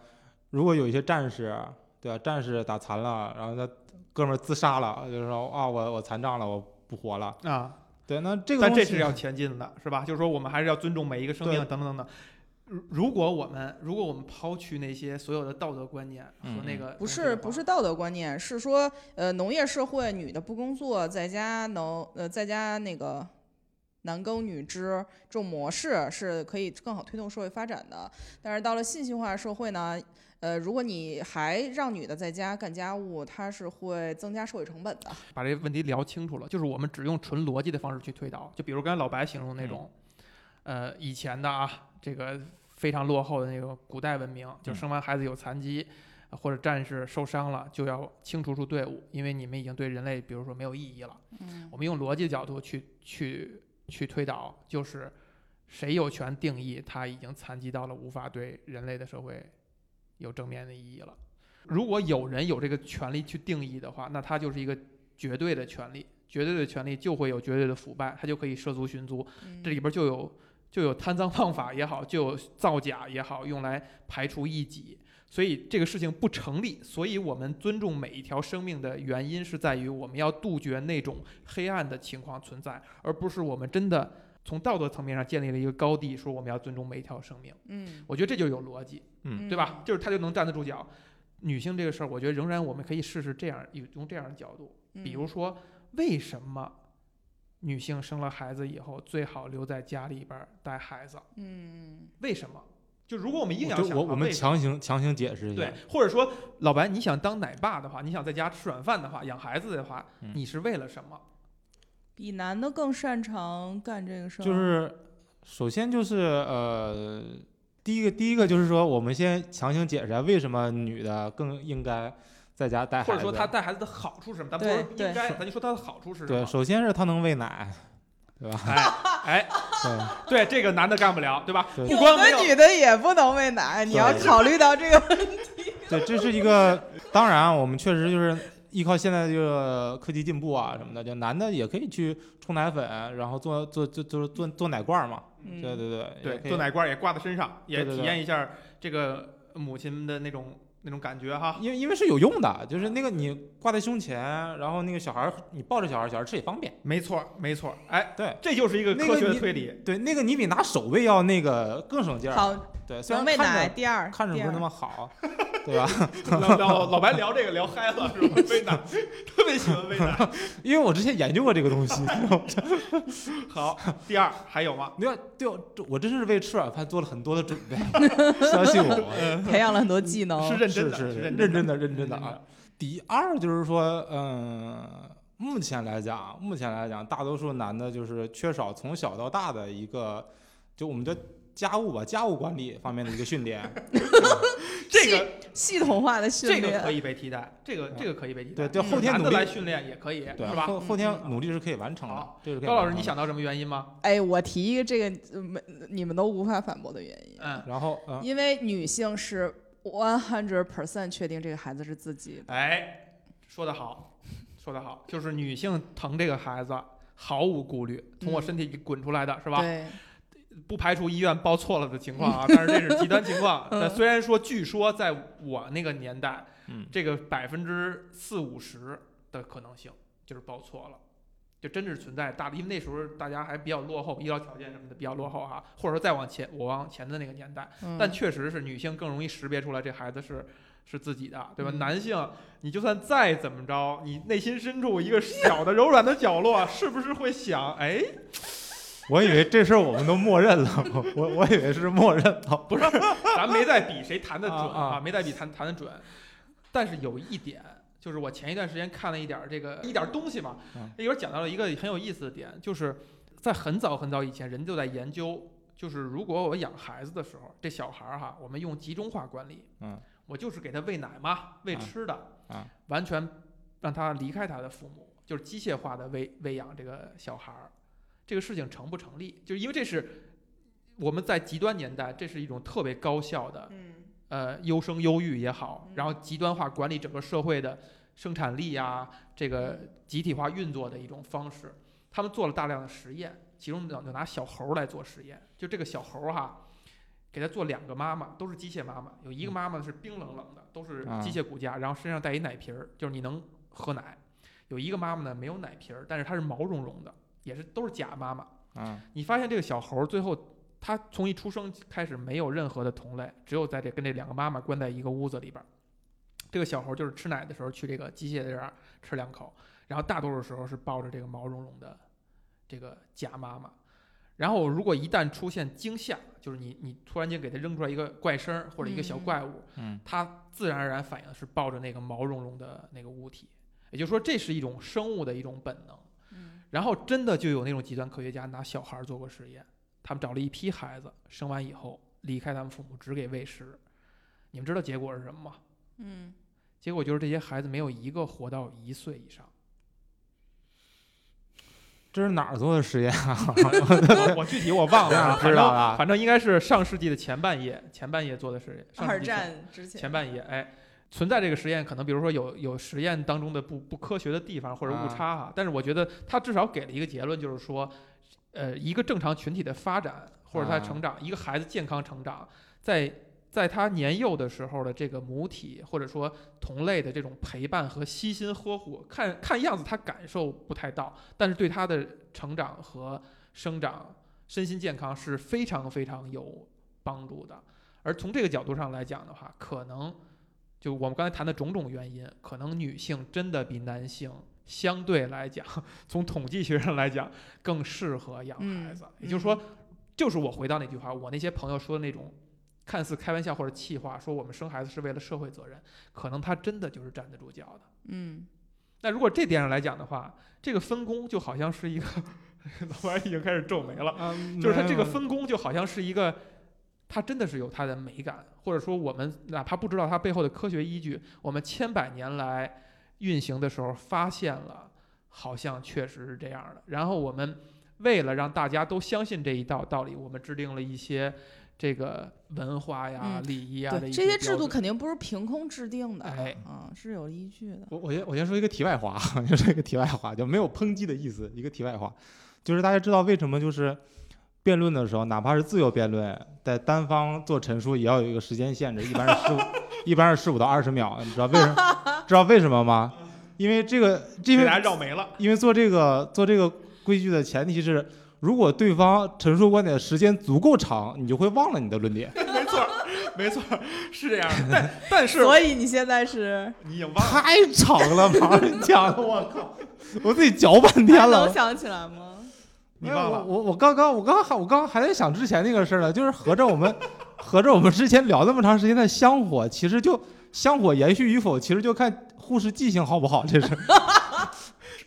Speaker 3: 如果有一些战士，对吧、战士打残了，然后他哥们儿自杀了，就是说啊，我我残障了，我不活了。
Speaker 1: 啊，
Speaker 3: 对，那这个
Speaker 1: 但
Speaker 3: 东
Speaker 1: 这
Speaker 3: 西
Speaker 1: 是要前进的，是吧？就是说，我们还是要尊重每一个生命，
Speaker 3: 对
Speaker 1: 等等等等。如如果我们如果我们抛去那些所有的道德观念和那
Speaker 3: 嗯嗯
Speaker 1: 个
Speaker 2: 不
Speaker 1: 东西的话、
Speaker 2: 是不是道德观念，是说呃农业社会女的不工作，在家能呃在家那个男耕女织这种模式是可以更好推动社会发展的。但是到了信息化社会呢，呃如果你还让女的在家干家务，它是会增加社会成本的。
Speaker 1: 把这问题聊清楚了，就是我们只用纯逻辑的方式去推导，就比如刚才老白形容那种，呃，以前的啊，这个非常落后的那个古代文明，就
Speaker 3: 嗯
Speaker 1: 生完孩子有残疾。呃或者战士受伤了，就要清除出队伍，因为你们已经对人类，比如说没有意义了。
Speaker 2: 嗯
Speaker 1: 我们用逻辑角度去去去推导，就是谁有权定义它已经残疾到了无法对人类的社会有正面的意义了。如果有人有这个权利去定义的话，那他就是一个绝对的权利，绝对的权利就会有绝对的腐败，他就可以涉足寻租。
Speaker 2: 嗯
Speaker 1: 这里边就有就有贪赃枉法也好，就有造假也好，用来排除异己。所以这个事情不成立，所以我们尊重每一条生命的原因是在于我们要杜绝那种黑暗的情况存在，而不是我们真的从道德层面上建立了一个高地，说我们要尊重每一条生命。
Speaker 2: 嗯，
Speaker 1: 我觉得这就有逻辑，
Speaker 3: 嗯
Speaker 1: 对吧？？就是他就能站得住脚。女性这个事儿，我觉得仍然我们可以试试这样用这样的角度，
Speaker 2: 嗯
Speaker 1: 比如说，为什么女性生了孩子以后最好留在家里边儿带孩子？
Speaker 2: 嗯，
Speaker 1: 为什么？就如果我们硬要
Speaker 3: 就
Speaker 1: 想
Speaker 3: 我
Speaker 1: 啊
Speaker 3: 我们
Speaker 1: 为什么
Speaker 3: 强行强行解释一下
Speaker 1: 对，，或者说老白，你想当奶爸的话，你想在家吃软饭的话，养孩子的话，
Speaker 3: 嗯
Speaker 1: 你是为了什么？
Speaker 2: 比男的更擅长干这个事儿，
Speaker 3: 就是首先就是呃，第一个第一个就是说，我们先强行解释一下为什么女的更应该在家带孩子，
Speaker 1: 或者说他带孩子的好处是什么？咱不
Speaker 2: 对
Speaker 1: 说
Speaker 2: 对
Speaker 1: 应该，咱就说他的好处是什
Speaker 3: 对，
Speaker 1: 么？
Speaker 3: 首先是她能喂 奶，对吧？
Speaker 1: 哎，
Speaker 3: 对。
Speaker 1: 对，这个男的干不了，对吧？
Speaker 3: 对
Speaker 1: 不光没
Speaker 2: 有的女的也不能喂奶，你要
Speaker 3: 对
Speaker 2: 考虑到这个。
Speaker 3: 对，这是一个，当然我们确实就是依靠现在这个科技进步啊什么的，就男的也可以去冲奶粉，然后做做做做做做奶罐儿嘛，
Speaker 2: 嗯
Speaker 3: 对对对，也
Speaker 1: 对，
Speaker 3: 可以
Speaker 1: 做奶罐儿也挂在身上，也
Speaker 3: 对对
Speaker 1: 体
Speaker 3: 对
Speaker 1: 验一下这个母亲的那种那种感觉哈。
Speaker 3: 因为因为是有用的，就是那个你挂在胸前，然后那个小孩儿你抱着小孩儿，小孩儿吃也方便。
Speaker 1: 没错儿，没错儿，哎，
Speaker 3: 对，
Speaker 1: 这就是一个
Speaker 3: 那
Speaker 1: 科
Speaker 3: 个
Speaker 1: 学的
Speaker 3: 你
Speaker 1: 推理。
Speaker 3: 对，那个你比拿手喂要那个更省劲儿。
Speaker 2: 好，
Speaker 3: 对，虽
Speaker 2: 能
Speaker 3: 然
Speaker 2: 喂奶
Speaker 3: 看着
Speaker 2: 第二，
Speaker 3: 看着
Speaker 2: 第
Speaker 3: 不是
Speaker 2: 二
Speaker 3: 那么好，对吧？
Speaker 1: 老老老白聊这个聊嗨了是吧？喂奶，特别喜欢喂奶。
Speaker 3: 因为我之前研究过这个东西，
Speaker 1: 好，第二还有吗？
Speaker 3: 你看，对我，我真是为吃软饭做了很多的准 备，相信我，
Speaker 2: 培养了很多技能。
Speaker 1: 嗯是认真的，嗯
Speaker 3: 是是
Speaker 1: 认
Speaker 3: 认
Speaker 1: 真
Speaker 3: 真的认真的啊。。 第二就是说，嗯，目前来讲，目前来讲，大多数男的就是缺少从小到大的一个，就我们叫家务吧，家务管理方面的一个训练。
Speaker 1: 这个
Speaker 2: 系统化的训
Speaker 1: 这
Speaker 2: 练，
Speaker 1: 个可以被替代，这个这个可以被替代。
Speaker 3: 对对
Speaker 1: 嗯
Speaker 3: 后天
Speaker 1: 男的
Speaker 3: 努力
Speaker 1: 来训练也可以，
Speaker 3: 对，
Speaker 1: 是吧？
Speaker 3: 后后天
Speaker 2: 嗯
Speaker 3: 努力是可以完成的
Speaker 1: 好。
Speaker 3: 这是可以
Speaker 1: 高老
Speaker 3: 完
Speaker 1: 师，你
Speaker 3: 成
Speaker 1: 想到什么原因吗？
Speaker 2: 哎，我提一个这个呃没你们都无法反驳的原因，
Speaker 1: 嗯
Speaker 3: 的，，然后嗯，
Speaker 2: 因为女性是 one hundred percent 确定这个孩子是自己的。
Speaker 1: 哎，说得好，说得好，就是女性疼这个孩子毫无顾虑，从我
Speaker 2: 嗯
Speaker 1: 身体里滚出来的是吧？
Speaker 2: 对，
Speaker 1: 不排除医院报错了的情况啊，但是这是极端情 况。
Speaker 2: 嗯
Speaker 1: 但虽然说，据说在我那个年代，
Speaker 3: 嗯
Speaker 1: 这个百分之四五十的可能性就是报错了，就真是存在大的，因为那时候大家还比较落后，医疗条件什么的比较落后啊，或者说再往前，我往前的那个年代，
Speaker 2: 嗯
Speaker 1: 但确实是女性更容易识别出来这孩子是是自己的，对吧？
Speaker 2: 嗯
Speaker 1: 男性，你就算再怎么着，你内心深处一个小的柔软的角落，是不是会想，哎，
Speaker 3: 我以为这事儿我们都默认了，我我我以为是默认了。
Speaker 1: 不是，咱没在比谁弹的准
Speaker 3: 啊啊
Speaker 1: 没在比弹弹的准。但是有一点，就是我前一段时间看了一点儿这个一点儿东西嘛
Speaker 3: 嗯，
Speaker 1: 里边讲到了一个很有意思的点，就是在很早很早以前，人就在研究，就是如果我养孩子的时候，这小孩儿哈，我们用集中化管理，
Speaker 3: 嗯，
Speaker 1: 我就是给他喂奶嘛，喂
Speaker 3: 啊
Speaker 1: 吃的，
Speaker 3: 啊
Speaker 1: 完全让他离开他的父母，就是机械化的喂喂养这个小孩儿，这个事情成不成立？就是因为这是我们在极端年代，这是一种特别高效的
Speaker 2: 嗯
Speaker 1: 呃优生优育也好，
Speaker 2: 嗯
Speaker 1: 然后极端化管理整个社会的生产力啊，这个集体化运作的一种方式。他们做了大量的实验，其中就拿小猴儿来做实验，就这个小猴儿哈，给它做两个妈妈，都是机械妈妈，有一个妈妈是冰冷冷的，都是
Speaker 3: 啊
Speaker 1: 机械骨架，然后身上带一奶瓶儿，就是你能喝奶。有一个妈妈呢没有奶瓶儿，但是她是毛茸茸的，也是都是假妈妈。
Speaker 3: 嗯
Speaker 1: 你发现这个小猴儿最后，它从一出生开始没有任何的同类，只有在这跟这两个妈妈关在一个屋子里边儿。这个小猴儿就是吃奶的时候去这个机械这儿吃两口，然后大多数时候是抱着这个毛茸茸的这个假妈妈。然后如果一旦出现惊吓，就是你你突然间给它扔出来一个怪声儿或者一个小
Speaker 2: 嗯
Speaker 1: 怪物，
Speaker 3: 嗯
Speaker 1: 它自然而然反应的是抱着那个毛茸茸的那个物体，也就是说这是一种生物的一种本能。
Speaker 2: 嗯
Speaker 1: 然后真的就有那种极端科学家拿小孩儿做过实验，他们找了一批孩子，生完以后离开他们父母，只给喂食。你们知道结果是什么吗？
Speaker 2: 嗯，
Speaker 1: 结果就是这些孩子没有一个活到一岁以上。
Speaker 3: 这是哪儿做的实验？
Speaker 1: 我我具体我忘 了，
Speaker 2: 啊
Speaker 1: 反
Speaker 3: 知道
Speaker 1: 正
Speaker 3: 了。
Speaker 1: 反正应该是上世纪的前半叶，前半叶做的实验。上世
Speaker 2: 二
Speaker 1: 纪前
Speaker 2: 战之前
Speaker 1: 前半夜，哎，存在这个实验，可能比如说有有实验当中的不不科学的地方或者误
Speaker 3: 啊
Speaker 1: 差哈、但是我觉得它至少给了一个结论，就是说，呃，一个正常群体的发展或者他
Speaker 3: 啊
Speaker 1: 成长，一个孩子健康成长，在在他年幼的时候的这个母体或者说同类的这种陪伴和悉心呵护，看看样子他感受不太到，但是对他的成长和生长、身心健康是非常非常有帮助的。而从这个角度上来讲的话，可能就我们刚才谈的种种原因，可能女性真的比男性相对来讲， 从统计学上来讲更适合养孩子。
Speaker 2: 嗯
Speaker 1: 也就是说，就是我回到那句话，我那些朋友说的那种看似开玩笑或者气话，说我们生孩子是为了社会责任，可能他真的就是站得住脚的。
Speaker 2: 嗯
Speaker 1: 那如果这点上来讲的话，这个分工就好像是一个， 老板已经开始皱眉了，
Speaker 3: 嗯
Speaker 1: 就是它这个分工就好像是一个，它真的是有它的美感，或者说我们哪怕不知道它背后的科学依据，我们千百年来运行的时候发现了，好像确实是这样的。然后我们为了让大家都相信这一道道理，我们制定了一些这个文化呀、
Speaker 2: 嗯
Speaker 1: 礼仪啊的
Speaker 2: 对，
Speaker 1: 一
Speaker 2: 这
Speaker 1: 些
Speaker 2: 些制
Speaker 1: 标
Speaker 2: 度
Speaker 1: 准
Speaker 2: 肯定不是凭空制定的，
Speaker 1: 哎
Speaker 2: 啊，是有依据的。
Speaker 3: 我我先我 先说一个题外话，就是一个题外话，就没有抨击的意思。一个题外话，就是大家知道为什么就是辩论的时候，哪怕是自由辩论，在单方做陈述也要有一个时间限制，一般是十五，一般是十五到二十秒。你知道为什么？知道为什么吗？因为这个，
Speaker 1: 给
Speaker 3: 因为
Speaker 1: 大家绕没了。
Speaker 3: 因为做这个做这个规矩的前提是，如果对方陈述观点的时间足够长，你就会忘了你的论点。
Speaker 1: 没错儿，没错儿，是这样的。 但但是
Speaker 2: 所以你现 在是
Speaker 1: 你已经忘了，
Speaker 3: 太长了，马上讲的，我靠，我自己嚼半天
Speaker 2: 还
Speaker 3: 了
Speaker 2: 能。想起来吗？
Speaker 1: 你
Speaker 3: 没有
Speaker 1: 忘了
Speaker 3: 我我我刚刚我刚刚还我刚刚还在想之前那个事儿呢，就是合着我们合着我们之前聊那么长时间的香火，其实就香火延续与否，其实就看护士记性好不好，这 是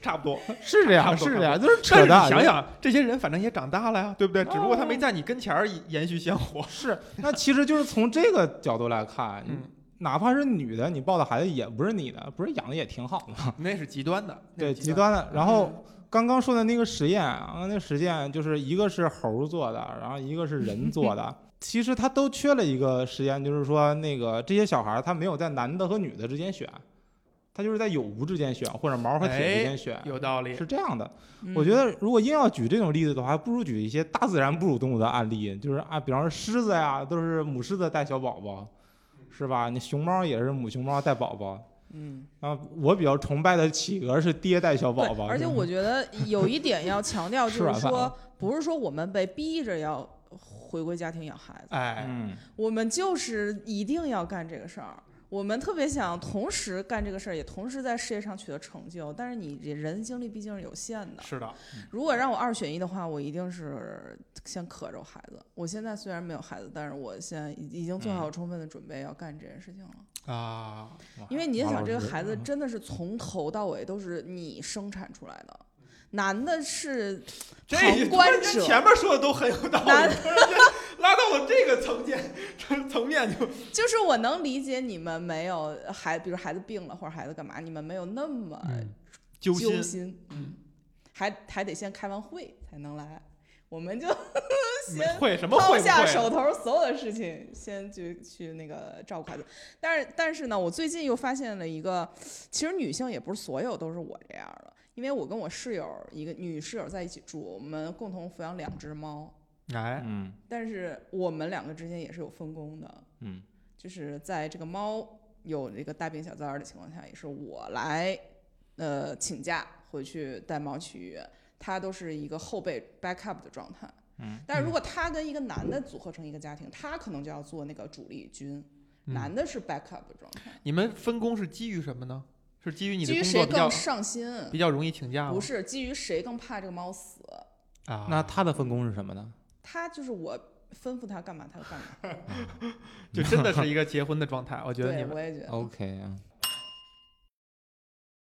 Speaker 1: 差不多。
Speaker 3: 是这
Speaker 1: 差
Speaker 3: 样
Speaker 1: 不多
Speaker 3: 是这样，就是
Speaker 1: 但
Speaker 3: 扯
Speaker 1: 是
Speaker 3: 淡。
Speaker 1: 你想想，这些人反正也长大了呀，对不对？
Speaker 2: 哦
Speaker 1: 只不过他没在你跟前儿延续香火。
Speaker 3: 是，那其实就是从这个角度来看，
Speaker 1: 嗯，
Speaker 3: 哪怕是女的，你抱的孩子也不是你的，不是养的也挺好吗？
Speaker 1: 那是极端的，那
Speaker 3: 对，
Speaker 1: 是
Speaker 3: 极
Speaker 1: 端
Speaker 3: 端的。然后刚刚说的那个实验啊，那实验就是一个是猴儿做的，然后一个是人 做的。其实它都缺了一个实验，就是说那个这些小孩儿他没有在男的和女的之间选，他就是在有无之间选，或者毛和铁之间选，
Speaker 2: 哎
Speaker 1: 的有道理。
Speaker 3: 是这样的。我觉
Speaker 2: 得，
Speaker 3: 得如果硬要举这种例子的话，还不如举一些大自然哺乳动物的案例，就是啊，比方说狮子呀，都是母狮子带小宝宝，是吧？你熊猫也是母熊猫带宝宝。
Speaker 2: 嗯，
Speaker 3: 啊，我比较崇拜的企鹅是爹带小宝
Speaker 2: 对，
Speaker 3: 宝，
Speaker 2: 而且
Speaker 3: 是吧
Speaker 2: 我觉得有一点要强调，
Speaker 3: 吃
Speaker 2: 就
Speaker 3: 软
Speaker 2: 是
Speaker 3: 饭啊
Speaker 2: 说
Speaker 3: 了，
Speaker 2: 不是说我们被逼着要回归家庭养孩子，
Speaker 1: 哎，
Speaker 3: 嗯，
Speaker 2: 我们就是一定要干这个事儿。我们特别想同时干这个事儿，也同时在事业上取得成就，但是你人精力毕竟是有限
Speaker 3: 嗯
Speaker 2: 的。
Speaker 1: 是的，
Speaker 2: 如果让我二选一的话，我一定是先克着孩子。我现在虽然没有孩子，但是我现在已已经
Speaker 3: 嗯
Speaker 2: 做好充分的准备要干这件事情了。
Speaker 1: 啊，
Speaker 2: 因为你也
Speaker 3: 马
Speaker 2: 想，
Speaker 3: 老
Speaker 2: 这个
Speaker 3: 师
Speaker 2: 孩子真的是从头到尾都是你生产出来的，男的是
Speaker 1: 这
Speaker 2: 旁观
Speaker 1: 突然间
Speaker 2: 者
Speaker 1: 前面说的都很有道理，突
Speaker 2: 男
Speaker 1: 然间拉到我这个层面层层面就
Speaker 2: 就是我能理解你们没有孩，比如孩子病了或者孩子干嘛，你们没有那么
Speaker 1: 揪
Speaker 2: 揪
Speaker 1: 心，
Speaker 2: 心，
Speaker 1: 嗯，
Speaker 2: 还还得先开完会才能来，我们就
Speaker 1: 没
Speaker 2: 先
Speaker 1: 嗯会什么
Speaker 2: 抛
Speaker 1: 会不啊
Speaker 2: 下
Speaker 1: 会
Speaker 2: 手头所有的事情，先去去那个照顾孩子。但是但是呢，我最近又发现了一个，其实女性也不是所有都是我这样的，因为我跟我室友一个女室友在一起住，我们共同抚养两只猫，
Speaker 1: 啊？哎，
Speaker 3: 嗯
Speaker 2: 但是我们两个之间也是有分工的，
Speaker 3: 嗯
Speaker 2: 就是在这个猫有这个大病小灾儿的情况下，也是我来呃请假回去带猫去医院，它都是一个后备 backup 的状态。
Speaker 3: 嗯，
Speaker 2: 但如果它跟一个男的组合成一个家庭，它可能就要做那个主力军，
Speaker 1: 嗯
Speaker 2: 男的是 backup 的状态。
Speaker 1: 你们分工是基于什么呢？是基于你的
Speaker 2: 基
Speaker 1: 工
Speaker 2: 于
Speaker 1: 作
Speaker 2: 谁
Speaker 1: 比较啊
Speaker 2: 更上心？
Speaker 1: 比较容易请假吗？
Speaker 2: 不是，基于谁更怕这个猫死？
Speaker 1: 啊，
Speaker 3: 那他的分工是什么呢？
Speaker 2: 它就是我吩咐它干嘛，它就干嘛。
Speaker 1: 就真的是一个结婚的状态，我觉得你
Speaker 2: 对，
Speaker 1: 们
Speaker 2: 呃
Speaker 1: 哦
Speaker 2: 我也觉得。
Speaker 3: OK 啊，